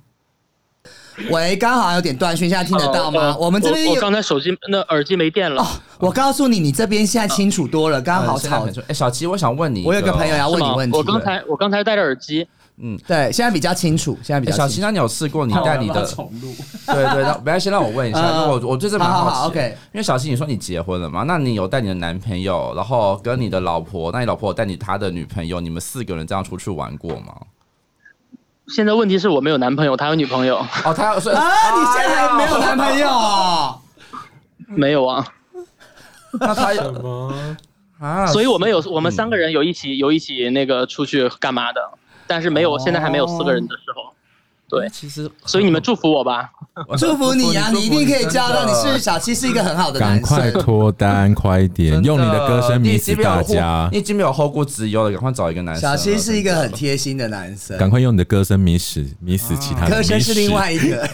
Speaker 1: 喂，刚好有点断讯，现在听得到吗？我们这边
Speaker 9: 呃嗯我
Speaker 1: 有哦
Speaker 9: 刚才手机那耳机没电了。
Speaker 1: 我告诉你，你这边现在清啊楚多了，刚好
Speaker 3: 嗯现在
Speaker 1: 吵
Speaker 3: 很。哎、小琪，我想问你，
Speaker 1: 我有个朋友，要问你问题，
Speaker 9: 我刚才我刚才戴着耳机，
Speaker 3: 嗯，
Speaker 1: 对，现在比较清楚，现在比
Speaker 3: 欸小
Speaker 1: 较
Speaker 3: 新，
Speaker 1: 清楚。
Speaker 3: 那你有试过你带你的？
Speaker 10: 重录，
Speaker 3: 对对，那没关系，让我问一下，
Speaker 1: 嗯
Speaker 3: 因为我我对这蛮
Speaker 1: 好好
Speaker 3: 奇的。
Speaker 1: 好，OK
Speaker 3: 因为小新，你说你结婚了嘛？那你有带你的男朋友，然后跟你的老婆，那你老婆有带你她的女朋友，你们四个人这样出去玩过吗？
Speaker 9: 现在问题是我没有男朋友，他有女 朋友，
Speaker 3: 哦，她所以
Speaker 1: 啊，你现在还没有男
Speaker 3: 哎
Speaker 1: 朋友哦？
Speaker 9: 没有啊。
Speaker 3: 那她有
Speaker 8: 什么？
Speaker 3: 啊，
Speaker 9: 所以我们有
Speaker 1: 嗯
Speaker 9: 我们三个人有一起有一起那个出去干嘛的，但是没
Speaker 1: 哦
Speaker 9: 有现在还没有四个人的时候。对，
Speaker 3: 其实
Speaker 9: 所以你们祝福我吧。
Speaker 1: 祝福你呀、
Speaker 3: 祝
Speaker 1: 你一定可以交到，
Speaker 3: 真
Speaker 1: 你
Speaker 3: 的
Speaker 1: 是小七是一个很好的
Speaker 6: 赶
Speaker 1: 男
Speaker 6: 快
Speaker 1: 生。
Speaker 6: 脱单，快点，
Speaker 3: 真
Speaker 6: 用你的歌声迷死大家
Speaker 3: 你，已经没有后顾之忧了，赶快找一个男生
Speaker 1: 小
Speaker 3: 了。
Speaker 1: 七是一个很
Speaker 3: 真的
Speaker 1: 贴心的男生，
Speaker 6: 赶快用你的歌声迷死迷死其他的。
Speaker 1: 科生啊是另外一个，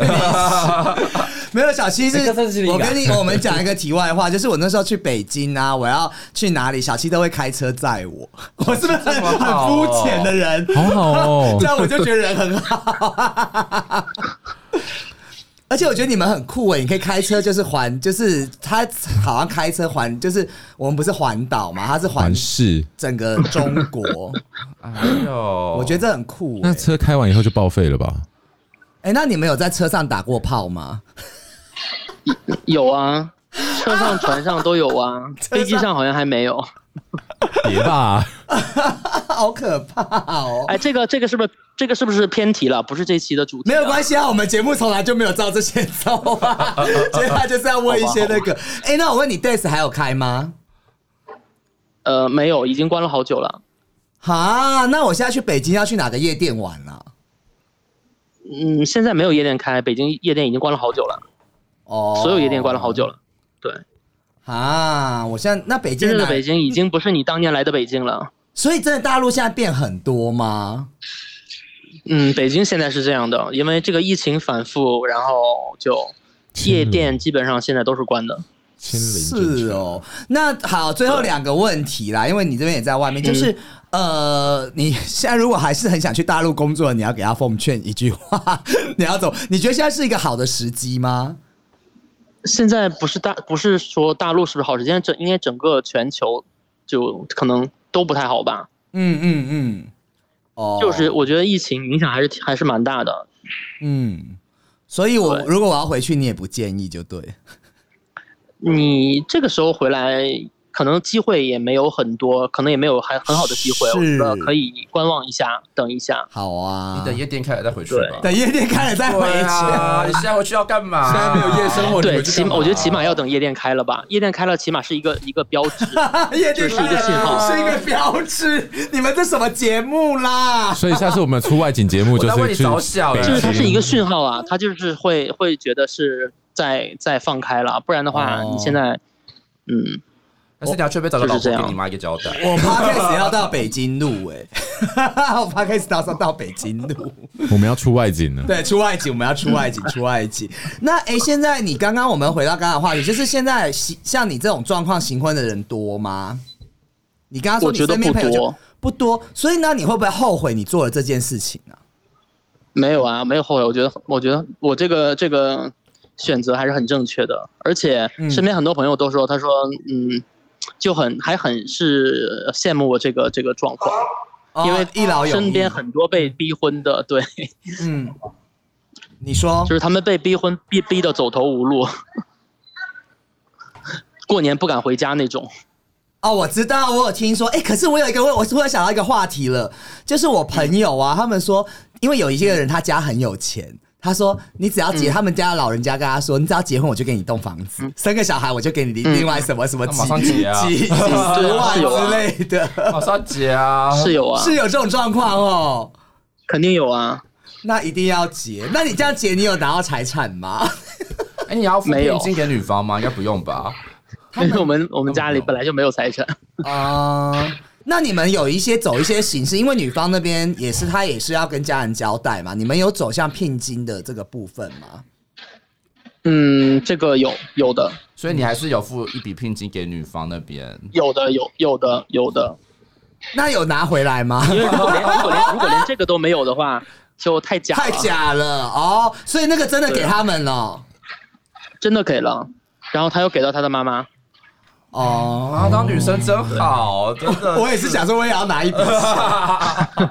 Speaker 1: 没有小七是
Speaker 10: 科哎生是另一个
Speaker 1: 我跟你我们讲一个题外话， 就是我那时候去北京啊，我要去哪里，小七都会开车载我，我是不是很
Speaker 3: 这么
Speaker 1: 很
Speaker 3: 好哦
Speaker 1: 肤浅的人？
Speaker 6: 好好 哦
Speaker 1: 这，样我就觉得人很好。 而且我觉得你们很酷欸诶，你可以开车就是环，就是他好像开车环，就是我们不是环岛嘛，他是环
Speaker 6: 完事。
Speaker 1: 整个中国，
Speaker 3: 哎呦，
Speaker 1: 我
Speaker 3: 我
Speaker 1: 觉得这很酷
Speaker 6: 那
Speaker 1: 诶。
Speaker 6: 车开完以后就报废了吧？
Speaker 1: 哎、那你们有在车上打过炮吗？
Speaker 9: 有啊，车上、船上都有啊， 飞机上好像还没有。
Speaker 6: 别吧，
Speaker 1: 好可怕哦！
Speaker 9: 哎，这个这个是不是这个是不是偏题了？不是这期的主题、
Speaker 1: 没有关。系啊，我们节目从来就没有照这些走啊，所以他就是要问一些那个。哎、那我问你，Days 还有开吗？
Speaker 9: 呃，没有，已经关了好久了。
Speaker 1: 哈，那我现在去北京要去哪个夜店玩啊？
Speaker 9: 嗯，现在没有夜店开，北京夜店已经关了好久了，
Speaker 1: 哦，
Speaker 9: 所有夜店关了好久了。对，
Speaker 1: 啊！我现在那北
Speaker 9: 今
Speaker 1: 京
Speaker 9: 日
Speaker 1: 哪
Speaker 9: 的北，京已经不是你当年来的北京了。
Speaker 1: 所以真的大陆现在变很多吗？
Speaker 9: 嗯，北京现在是这样的，因为这个疫情反复，然后就夜店基本上现在都是关的。
Speaker 6: 亲临政
Speaker 1: 是
Speaker 6: 权，
Speaker 1: 哦，那好，最后两个问题啦，因为你这边也在外面，就是、呃，你现在如果还是很想去大陆工作，你要给他奉劝一句话， 你要走，你觉得现在是一个好的时机吗？
Speaker 9: 现在不是大，不是说大陆是不是好时间，整应该整个全球就可能都不太好吧。
Speaker 1: 嗯嗯嗯，哦，
Speaker 9: 就是我觉得疫情影响还是挺还是蛮大的。
Speaker 1: 嗯，所以我
Speaker 9: 对
Speaker 1: 如果我要回去，你也不建议就对。
Speaker 9: 你这个时候回来，可能机会也没有很多，可能也没有还很好的机会。我
Speaker 1: 是
Speaker 9: 觉得可以观望一下，等一下。
Speaker 1: 好啊，
Speaker 3: 你等夜店开了再回去吧。
Speaker 1: 等夜店开了再回
Speaker 3: 对
Speaker 1: 去。
Speaker 3: 啊，你现在回去要干嘛？
Speaker 6: 现在没有夜生活，你
Speaker 9: 对，
Speaker 6: 们去
Speaker 9: 起
Speaker 6: 干
Speaker 9: 码
Speaker 6: 嘛
Speaker 9: 我觉得起码要等夜店开了吧，夜店开了起码是一个一个标志。
Speaker 1: 夜店开
Speaker 9: 这是一个信
Speaker 1: 了
Speaker 9: 号
Speaker 1: 啊是一个标志，你们这什么节目啦？
Speaker 6: 所以下次我们出外景节目就
Speaker 3: 我在为
Speaker 6: 是
Speaker 3: 你
Speaker 6: 去
Speaker 3: 着想
Speaker 6: 北
Speaker 3: 哎
Speaker 9: 就是它是一个
Speaker 6: 京
Speaker 9: 讯号啊，它就是会会觉得是在在放开了，不然的话，
Speaker 1: 哦
Speaker 9: 你现在，嗯，
Speaker 3: 但是你要确被找到老
Speaker 9: 就
Speaker 3: 婆，
Speaker 9: 是这
Speaker 3: 给
Speaker 9: 样
Speaker 3: 你妈一个交代。
Speaker 1: 我 podcast 要到北京录哎、 我 podcast 到时候到北京录。
Speaker 6: 我们要出外景了。
Speaker 1: 对，出外景，我们要出外景，出外景。 那哎、诶现在你刚刚我们回到刚刚的话题，就是现在行像你这种状况行婚的人多吗？你刚刚说
Speaker 9: 我
Speaker 1: 你
Speaker 9: 觉得
Speaker 1: 身边
Speaker 9: 不
Speaker 1: 朋友就
Speaker 9: 多，
Speaker 1: 不多，所以呢，你会不会后悔你做了这件事情啊呢、
Speaker 9: 没有啊，没有后悔，我觉得我觉得我这个这个选择还是很正确的，而且
Speaker 1: 嗯
Speaker 9: 身边很多朋友都说，他说，嗯，就很还很是羡慕我这个这个状况，因为
Speaker 1: 哦一劳永逸，
Speaker 9: 身边很多被逼婚的， 对，
Speaker 1: 嗯，你说
Speaker 9: 就是他们被逼婚逼逼的走投无路，过年不敢回家那种。
Speaker 1: 哦，我知道，我有听说，哎、可是我有一个，我我突然想到一个话题了，就是我朋友啊，他们说，因为有一些人他家很有钱。他说：“你只要结，他们家的老人家跟他说，你只要结婚，我就给你栋房子，生个小孩，我就给你另另外什么什么
Speaker 3: 那
Speaker 1: 几
Speaker 3: 马上结啊
Speaker 1: 几几十万之类的，
Speaker 3: 马上结啊！
Speaker 9: 是有啊，
Speaker 1: 是有这种状况哦。
Speaker 9: 肯定有啊，
Speaker 1: 那一定要结。那你这样结，你有拿到财产吗？
Speaker 3: 哎，你要付
Speaker 9: 没有
Speaker 3: 定金给女方吗？应该不用吧？
Speaker 9: 因为我们我们家里本来就没有财产，
Speaker 1: 啊、那你们有一些走一些形式，因为女方那边也是，她也是要跟家人交代嘛。你们有走向聘金的这个部分吗？
Speaker 9: 嗯，这个有有的
Speaker 3: 所以你还是有付一笔聘金给女方那边。
Speaker 9: 有的有有的有的，
Speaker 1: 那有拿回来吗？
Speaker 9: 因为如果 连如果连如果连这个都没有的话，就太假了，
Speaker 1: 太，假了哦，所以那个真的给他们了
Speaker 9: 真的给了，然后他又给到他的妈妈，
Speaker 1: 哦。
Speaker 3: 啊，当女生真好，真的。
Speaker 1: 我也是想说，我也要拿一笔钱。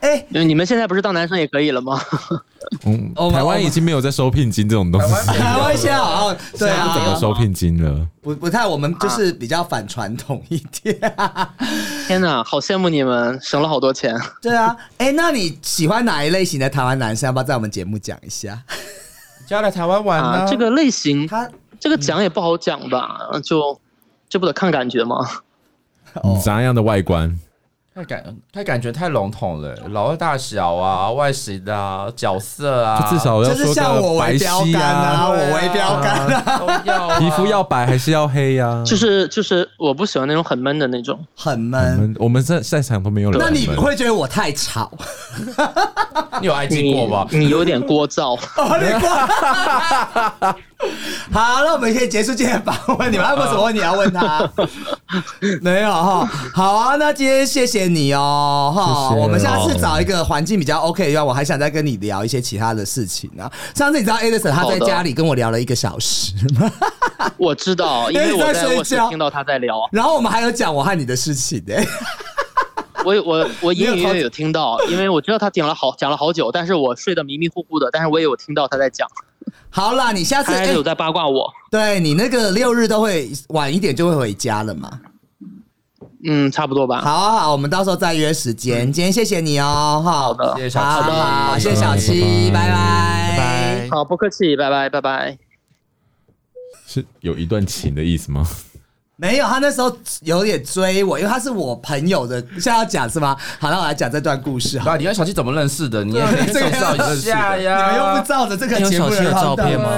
Speaker 1: 哎，
Speaker 9: 你们现在不是当男生也可以了吗？
Speaker 6: 嗯
Speaker 1: 哦我，们
Speaker 6: 台
Speaker 1: 我
Speaker 6: 湾
Speaker 1: 们
Speaker 6: 已经没有在收聘金这种东西，
Speaker 1: 台湾现在好像对
Speaker 6: 不怎么
Speaker 1: 啊，
Speaker 6: 收聘金了。
Speaker 1: 不不太，我们就是比较反传统一点。
Speaker 9: 天哪，好羡慕你们，省了好多钱。
Speaker 1: 对啊，哎，那你喜欢哪一类型的台湾男生？要不要在我们节目讲一下？
Speaker 2: 就要来台湾玩呢、
Speaker 9: 啊，这个类型，
Speaker 1: 他
Speaker 9: 这个讲也不好讲吧，就这不得看感觉吗？
Speaker 1: 哦
Speaker 6: 你咋样的外观？
Speaker 3: 太感太感觉太笼统了，老二大小啊，外形啊，角色啊，
Speaker 6: 就至少
Speaker 1: 就
Speaker 6: 要
Speaker 1: 是
Speaker 6: 说
Speaker 1: 像
Speaker 6: 个
Speaker 1: 我
Speaker 6: 白
Speaker 1: 为标
Speaker 6: 皙
Speaker 1: 杆啊，
Speaker 6: 呀，
Speaker 1: 我为标杆啊，
Speaker 3: 都要、啊、
Speaker 6: 皮肤要白还是要黑啊呀？
Speaker 9: 就是就是，我不喜欢那种很闷的那种。
Speaker 1: 很
Speaker 6: 我
Speaker 1: 闷。
Speaker 6: 们我们在在场都没有人。
Speaker 1: 那你会觉得我太吵？
Speaker 3: 你有爱
Speaker 9: 你
Speaker 3: 情过吧？
Speaker 9: 你有点聒 噪。
Speaker 1: 哦，你过。好，那我们可以结束今天的访问。你们还有没有什么问题要问 他？没有哈。好啊，那今天谢谢你哦哈。
Speaker 6: 谢谢
Speaker 1: 我们下次找一个环境比较 OK 的地方，我还想再跟你聊一些其他的事情啊。上次你知道 Edison 他
Speaker 9: 好
Speaker 1: 在
Speaker 9: 的
Speaker 1: 家里跟我聊了一个小时，
Speaker 9: 我知道，因
Speaker 1: 因为
Speaker 9: 为
Speaker 1: 哎你
Speaker 9: 我
Speaker 1: 在
Speaker 9: 在
Speaker 1: 睡
Speaker 9: 卧室
Speaker 1: 觉
Speaker 9: 听到他在聊，
Speaker 1: 然后我们还有讲我和你的事情欸呢、
Speaker 9: 我有我我
Speaker 1: 你有
Speaker 9: 隐隐
Speaker 1: 靠
Speaker 9: 约约有听到，因为我知道他讲了好讲了好久，但是我睡得迷迷糊糊的，但是我也有听到他在讲，
Speaker 1: 好啦，你下次
Speaker 9: 他还
Speaker 1: 哎
Speaker 9: 是有在八卦我。
Speaker 1: 对你那个六日都会晚一点就会回家了嘛。
Speaker 9: 嗯，差不多吧。
Speaker 1: 好啊好，我们到时候再约时间。今天谢谢你哦，哈，好
Speaker 9: 的
Speaker 3: 谢谢小七，
Speaker 1: 好，谢谢小七，拜拜，
Speaker 2: 拜
Speaker 1: 哎
Speaker 2: 拜。
Speaker 9: 好，不客气，拜拜，拜拜。
Speaker 6: 是有一段情的意思吗？
Speaker 1: 没有，他那时候有点追我，因为他是我朋友的。现在要讲是吗？好，那我来讲这段故 事好了。
Speaker 3: 啊，你跟小七怎么认识的？你
Speaker 1: 啊
Speaker 3: 也可以介绍一下
Speaker 1: 你们又
Speaker 3: 呀
Speaker 1: 不。照着这个
Speaker 2: 你有
Speaker 1: 节目
Speaker 2: 小七的
Speaker 1: 人
Speaker 2: 照片吗？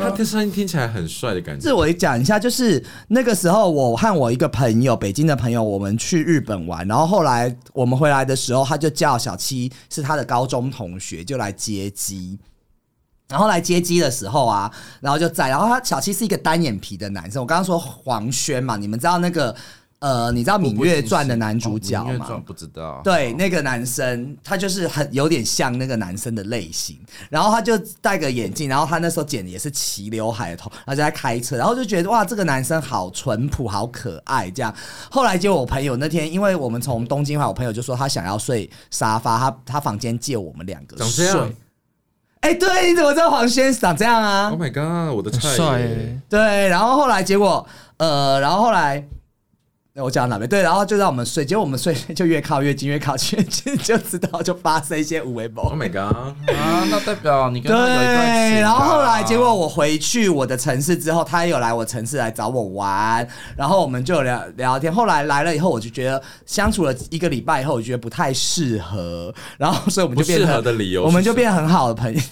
Speaker 6: 他的声音听起来很帅的感觉
Speaker 1: 是。我讲一下，就是那个时候，我和我一个朋友，北京的朋友，我们去日本玩，然后后来我们回来的时候，他就叫小七是他的高中同学，就来接机。然后来接机的时候啊，然后就在，然后他小七是一个单眼皮的男生，我刚刚说黄轩嘛，你们知道那个呃，你知道《芈
Speaker 3: 哦
Speaker 1: 月传》的男主角
Speaker 3: 哦芈月
Speaker 1: 吗？
Speaker 3: 传不知道。
Speaker 1: 对，那个男生他就是很有点像那个男生的类型，然后他就戴个眼镜，然后他那时候剪的也是齐刘海的头，然后就在开车，然后就觉得哇，这个男生好淳朴，好可爱这样。后来结果我朋友那天，因为我们从东京回来，我朋友就说他想要睡沙发，他他房间借我们两个
Speaker 6: 长
Speaker 1: 睡。
Speaker 6: 这样
Speaker 1: 哎、对，你怎么知道黄轩长这样啊？
Speaker 6: ，Oh my god，我的
Speaker 2: 很
Speaker 6: 菜
Speaker 2: 帅
Speaker 6: 耶
Speaker 2: 耶！
Speaker 1: 对，然后后来结果，呃，然后后来。呃我讲到哪边？对，然后就让我们睡，结果我们睡 就越靠越近，越靠越近，就知道就发生一些无为
Speaker 6: ，Oh
Speaker 1: 谋。
Speaker 6: my god，
Speaker 3: 啊，那代表你跟
Speaker 1: 对
Speaker 3: 他有一段情、啊。，
Speaker 1: 然后后来结果我回去我的城市之后，他也有来我城市来找我玩，然后我们就有聊聊天。后来来了以后，我就觉得相处了一个礼拜以后，我觉得不太适合，然后所以我们就
Speaker 6: 不
Speaker 1: 变
Speaker 6: 适合
Speaker 1: 成
Speaker 6: 的理由是什么，
Speaker 1: 我们就变很好的朋友。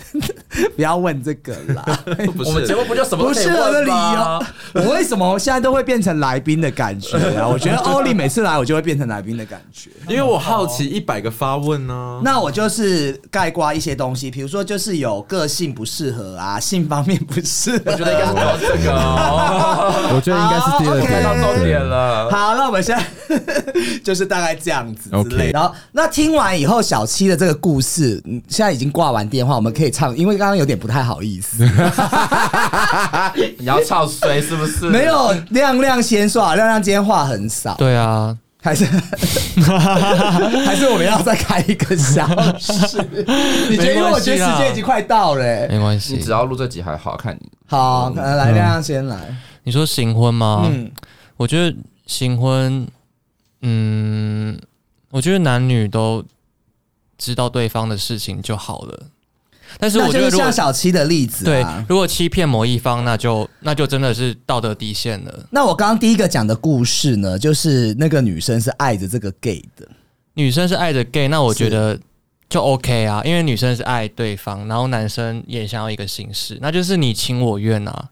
Speaker 1: 不要问这个啦。
Speaker 6: 不
Speaker 3: 我们节
Speaker 6: 是
Speaker 3: 目不就什么
Speaker 1: 不
Speaker 3: 都可以
Speaker 1: 适合的理
Speaker 3: 问吗
Speaker 1: 由。我为什么现在都会变成来宾的感觉 啊？我觉得欧丽每次来，我就会变成来宾的感觉。
Speaker 6: 因为我好奇一百个发问
Speaker 3: 嗯
Speaker 6: 呢。
Speaker 1: 那我就是盖刮一些东西，比如说就是有个性不适合啊，性方面不适合。啊
Speaker 3: 我觉得应该是聊这个、 哦，
Speaker 6: 我觉得应该是第二
Speaker 1: 好
Speaker 3: 看到
Speaker 1: 啊，OK
Speaker 6: 个
Speaker 3: 终点。了。
Speaker 1: 好，那我们现在 就是大概这样子之类。
Speaker 6: OK
Speaker 1: 然后，那听完以后，小七的这个故事，嗯现在已经挂完电话，我们可以唱，因为刚刚有点不太好意 思。
Speaker 3: 你要唱衰是不是？
Speaker 1: 没有亮亮先说啊，亮亮今天话很少。
Speaker 2: 对啊，
Speaker 1: 还 是还是我们要再开一个小 时？你觉得？因为我觉得时间已经快到了、欸。
Speaker 2: 没关系
Speaker 3: 你。只要录这集还好看你。
Speaker 1: 好，呃来亮亮先来。
Speaker 2: 你说行婚吗？
Speaker 1: 嗯，
Speaker 2: 我觉得行婚，嗯，我觉得男女都知道对方的事情就好了。但是
Speaker 1: 那
Speaker 2: 我觉
Speaker 1: 就
Speaker 2: 得，
Speaker 1: 是
Speaker 2: 如果
Speaker 1: 像小七的例子
Speaker 2: 对
Speaker 1: 啊，。
Speaker 2: 如果欺骗某一方，那就那就真的是道德底线了。
Speaker 1: 那我刚刚第一个讲的故事呢，就是那个女生是爱着这个 gay 的，
Speaker 2: 女生是爱着 gay，那我觉得就 OK 啊，因为女生是爱对方，然后男生也想要一个形式，那就是你情我愿啊。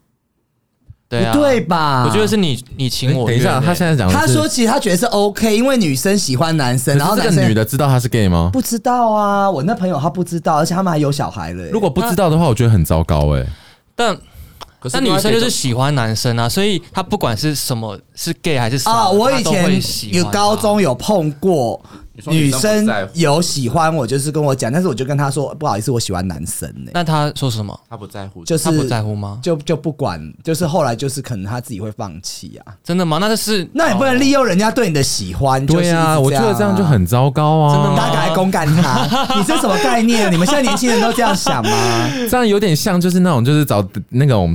Speaker 2: 对啊，
Speaker 1: 不对吧？
Speaker 2: 我觉得是你你情我
Speaker 6: 等
Speaker 2: 愿、欸
Speaker 6: 一下，他现在讲的是，
Speaker 1: 他说其实他觉得是 OK，因为女生喜欢男生，然后
Speaker 6: 可是
Speaker 1: 男
Speaker 6: 这个
Speaker 1: 生
Speaker 6: 女的知道他是 gay 吗？
Speaker 1: 不知道啊。我那朋友他不知道，而且他们还有小孩了欸、
Speaker 6: 如果不知道的话，我觉得很糟糕哎。
Speaker 2: 但
Speaker 3: 可是
Speaker 2: 但女生就是喜欢男生啊，所以她不管是什么是 gay 还是什么
Speaker 1: 啊，我以
Speaker 2: 她都会
Speaker 1: 前
Speaker 2: 喜欢
Speaker 1: 有
Speaker 2: 啊
Speaker 1: 高中有碰过
Speaker 3: 你说
Speaker 1: 女
Speaker 3: 生
Speaker 1: 生
Speaker 3: 不在乎
Speaker 1: 有喜欢我，就是跟我讲，但是我就跟她说不好意思，我喜欢男生呢、
Speaker 11: 那他说什么？
Speaker 3: 他不在乎，
Speaker 1: 就是
Speaker 11: 他不在乎吗？
Speaker 1: 就就不管，就是后来就是可能她自己会放弃啊。
Speaker 11: 真的吗？那就是
Speaker 1: 那也不
Speaker 2: 哦
Speaker 1: 能利用人家对你的喜欢，就是
Speaker 6: 对啊，
Speaker 1: 一
Speaker 6: 我
Speaker 1: 直
Speaker 6: 觉得这样就
Speaker 1: 啊
Speaker 6: 很糟糕啊，
Speaker 11: 真的吗
Speaker 1: 大家赶快公干他！你这什么概念？你们现在年轻人都这样想吗？
Speaker 6: 这样有点像就是那种就是找那种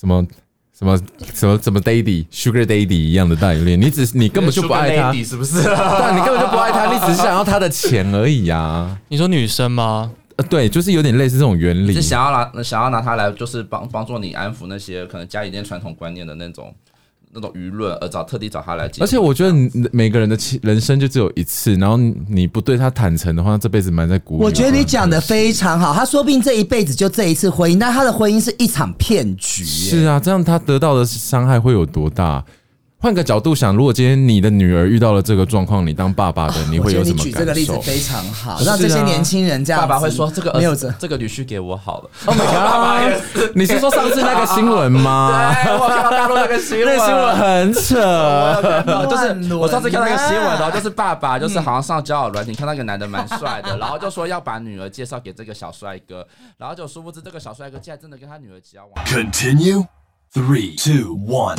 Speaker 6: 什么什么什么什么 daddy sugar daddy 一样的代理恋，你只是你根本就不爱他
Speaker 3: Sugar，Lady 是不 是？
Speaker 6: 对，你根本就不爱他，你只是想要他的钱而已啊。
Speaker 11: 你说女生吗？
Speaker 6: 呃，对，就是有点类似这种原理
Speaker 3: 是。想要拿想要拿它来，就是帮帮助你安抚那些可能家里面传统观念的那种那种舆论，而找特地找他来解决。
Speaker 6: 而且我觉得你每个人的亲人生就只有一次，然后你不对他坦诚的话，这辈子埋在鼓里。
Speaker 1: 我觉得你讲的非常好，他说不定这一辈子就这一次婚姻，但他的婚姻是一场骗局、欸
Speaker 6: 是啊，这样他得到的伤害会有多大？换个角度想，如果今天你的女儿遇到了这个状况，你当爸爸的，你
Speaker 1: 哦我
Speaker 6: 会
Speaker 1: 觉
Speaker 6: 有
Speaker 1: 得
Speaker 6: 什
Speaker 1: 你
Speaker 6: 么
Speaker 1: 举这个
Speaker 6: 感
Speaker 1: 例子
Speaker 6: 受？
Speaker 1: 非常好，
Speaker 6: 是啊
Speaker 1: 让这些年轻人这样
Speaker 3: 爸
Speaker 1: 子，
Speaker 3: 爸会说这个儿
Speaker 1: 没有
Speaker 3: 子
Speaker 1: 这，
Speaker 3: 这个女婿给我好了。
Speaker 6: Oh my god！你 是说上次那个新闻吗？
Speaker 3: 哎，我看到大陆那个新
Speaker 6: 那
Speaker 3: 闻，
Speaker 6: 个新闻 很扯。
Speaker 3: 呃就是我上次看到一个新闻，
Speaker 1: 乱伦啊
Speaker 3: 然后就是爸爸就是
Speaker 6: 嗯
Speaker 3: 好像上交友软件看到一个男的蛮帅的，然后就说要把女儿介绍给这个小帅哥，然后就殊不知这个小帅哥竟然真的跟他女儿交往。
Speaker 2: Continue. Three, two, one.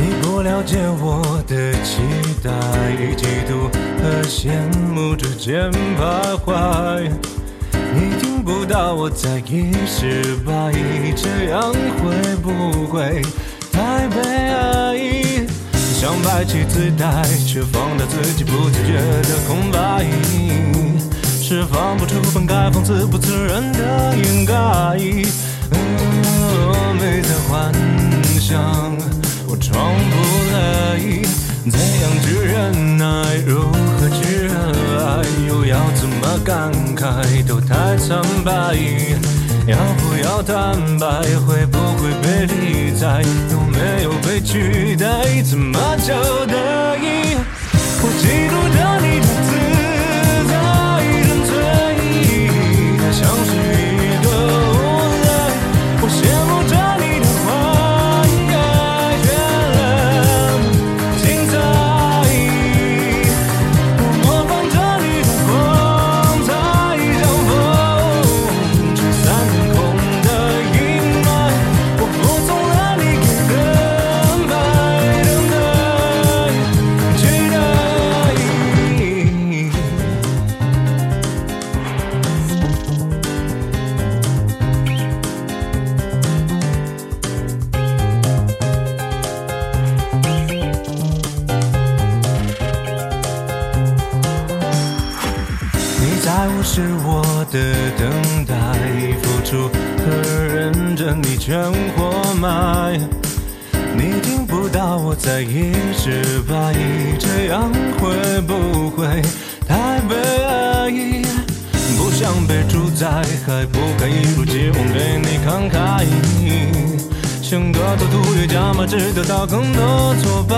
Speaker 2: 你不了解我的期待，与嫉妒和羡慕之间徘徊。你听不到我在意失败，这样会不会太悲哀？想摆起姿态，却放大自己不自觉的空白，释放不出本该放肆不自然的掩盖。嗯，没在幻想，我装不来。怎样去忍耐，如何去热爱，又要怎么感慨，都太苍白。要不要坦白，会不会被理睬，有没有被取代，怎么交代？我嫉妒着你的自在沉醉，它像是一个无赖，我羡慕着你的花园。精彩，我模仿着你的光彩，像风吹散天空的阴霾。我服从了你给的安排，等待，期待。你在无视我的等待，付出和认真你全活埋。你听不到我在意失败，这样会不会太悲哀？不想被主宰，还不该一如既往对你慷慨。想得到土越加码，只得到更多挫败。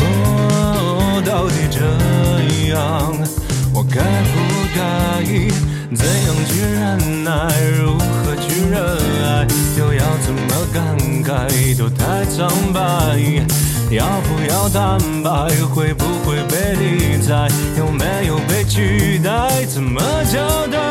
Speaker 2: 嗯哦，到底这样，我该不该？怎样去忍耐，如何去热爱，又要怎么感慨，都太苍白。要不要坦白，会不会被理睬，有没有被取代，怎么交代？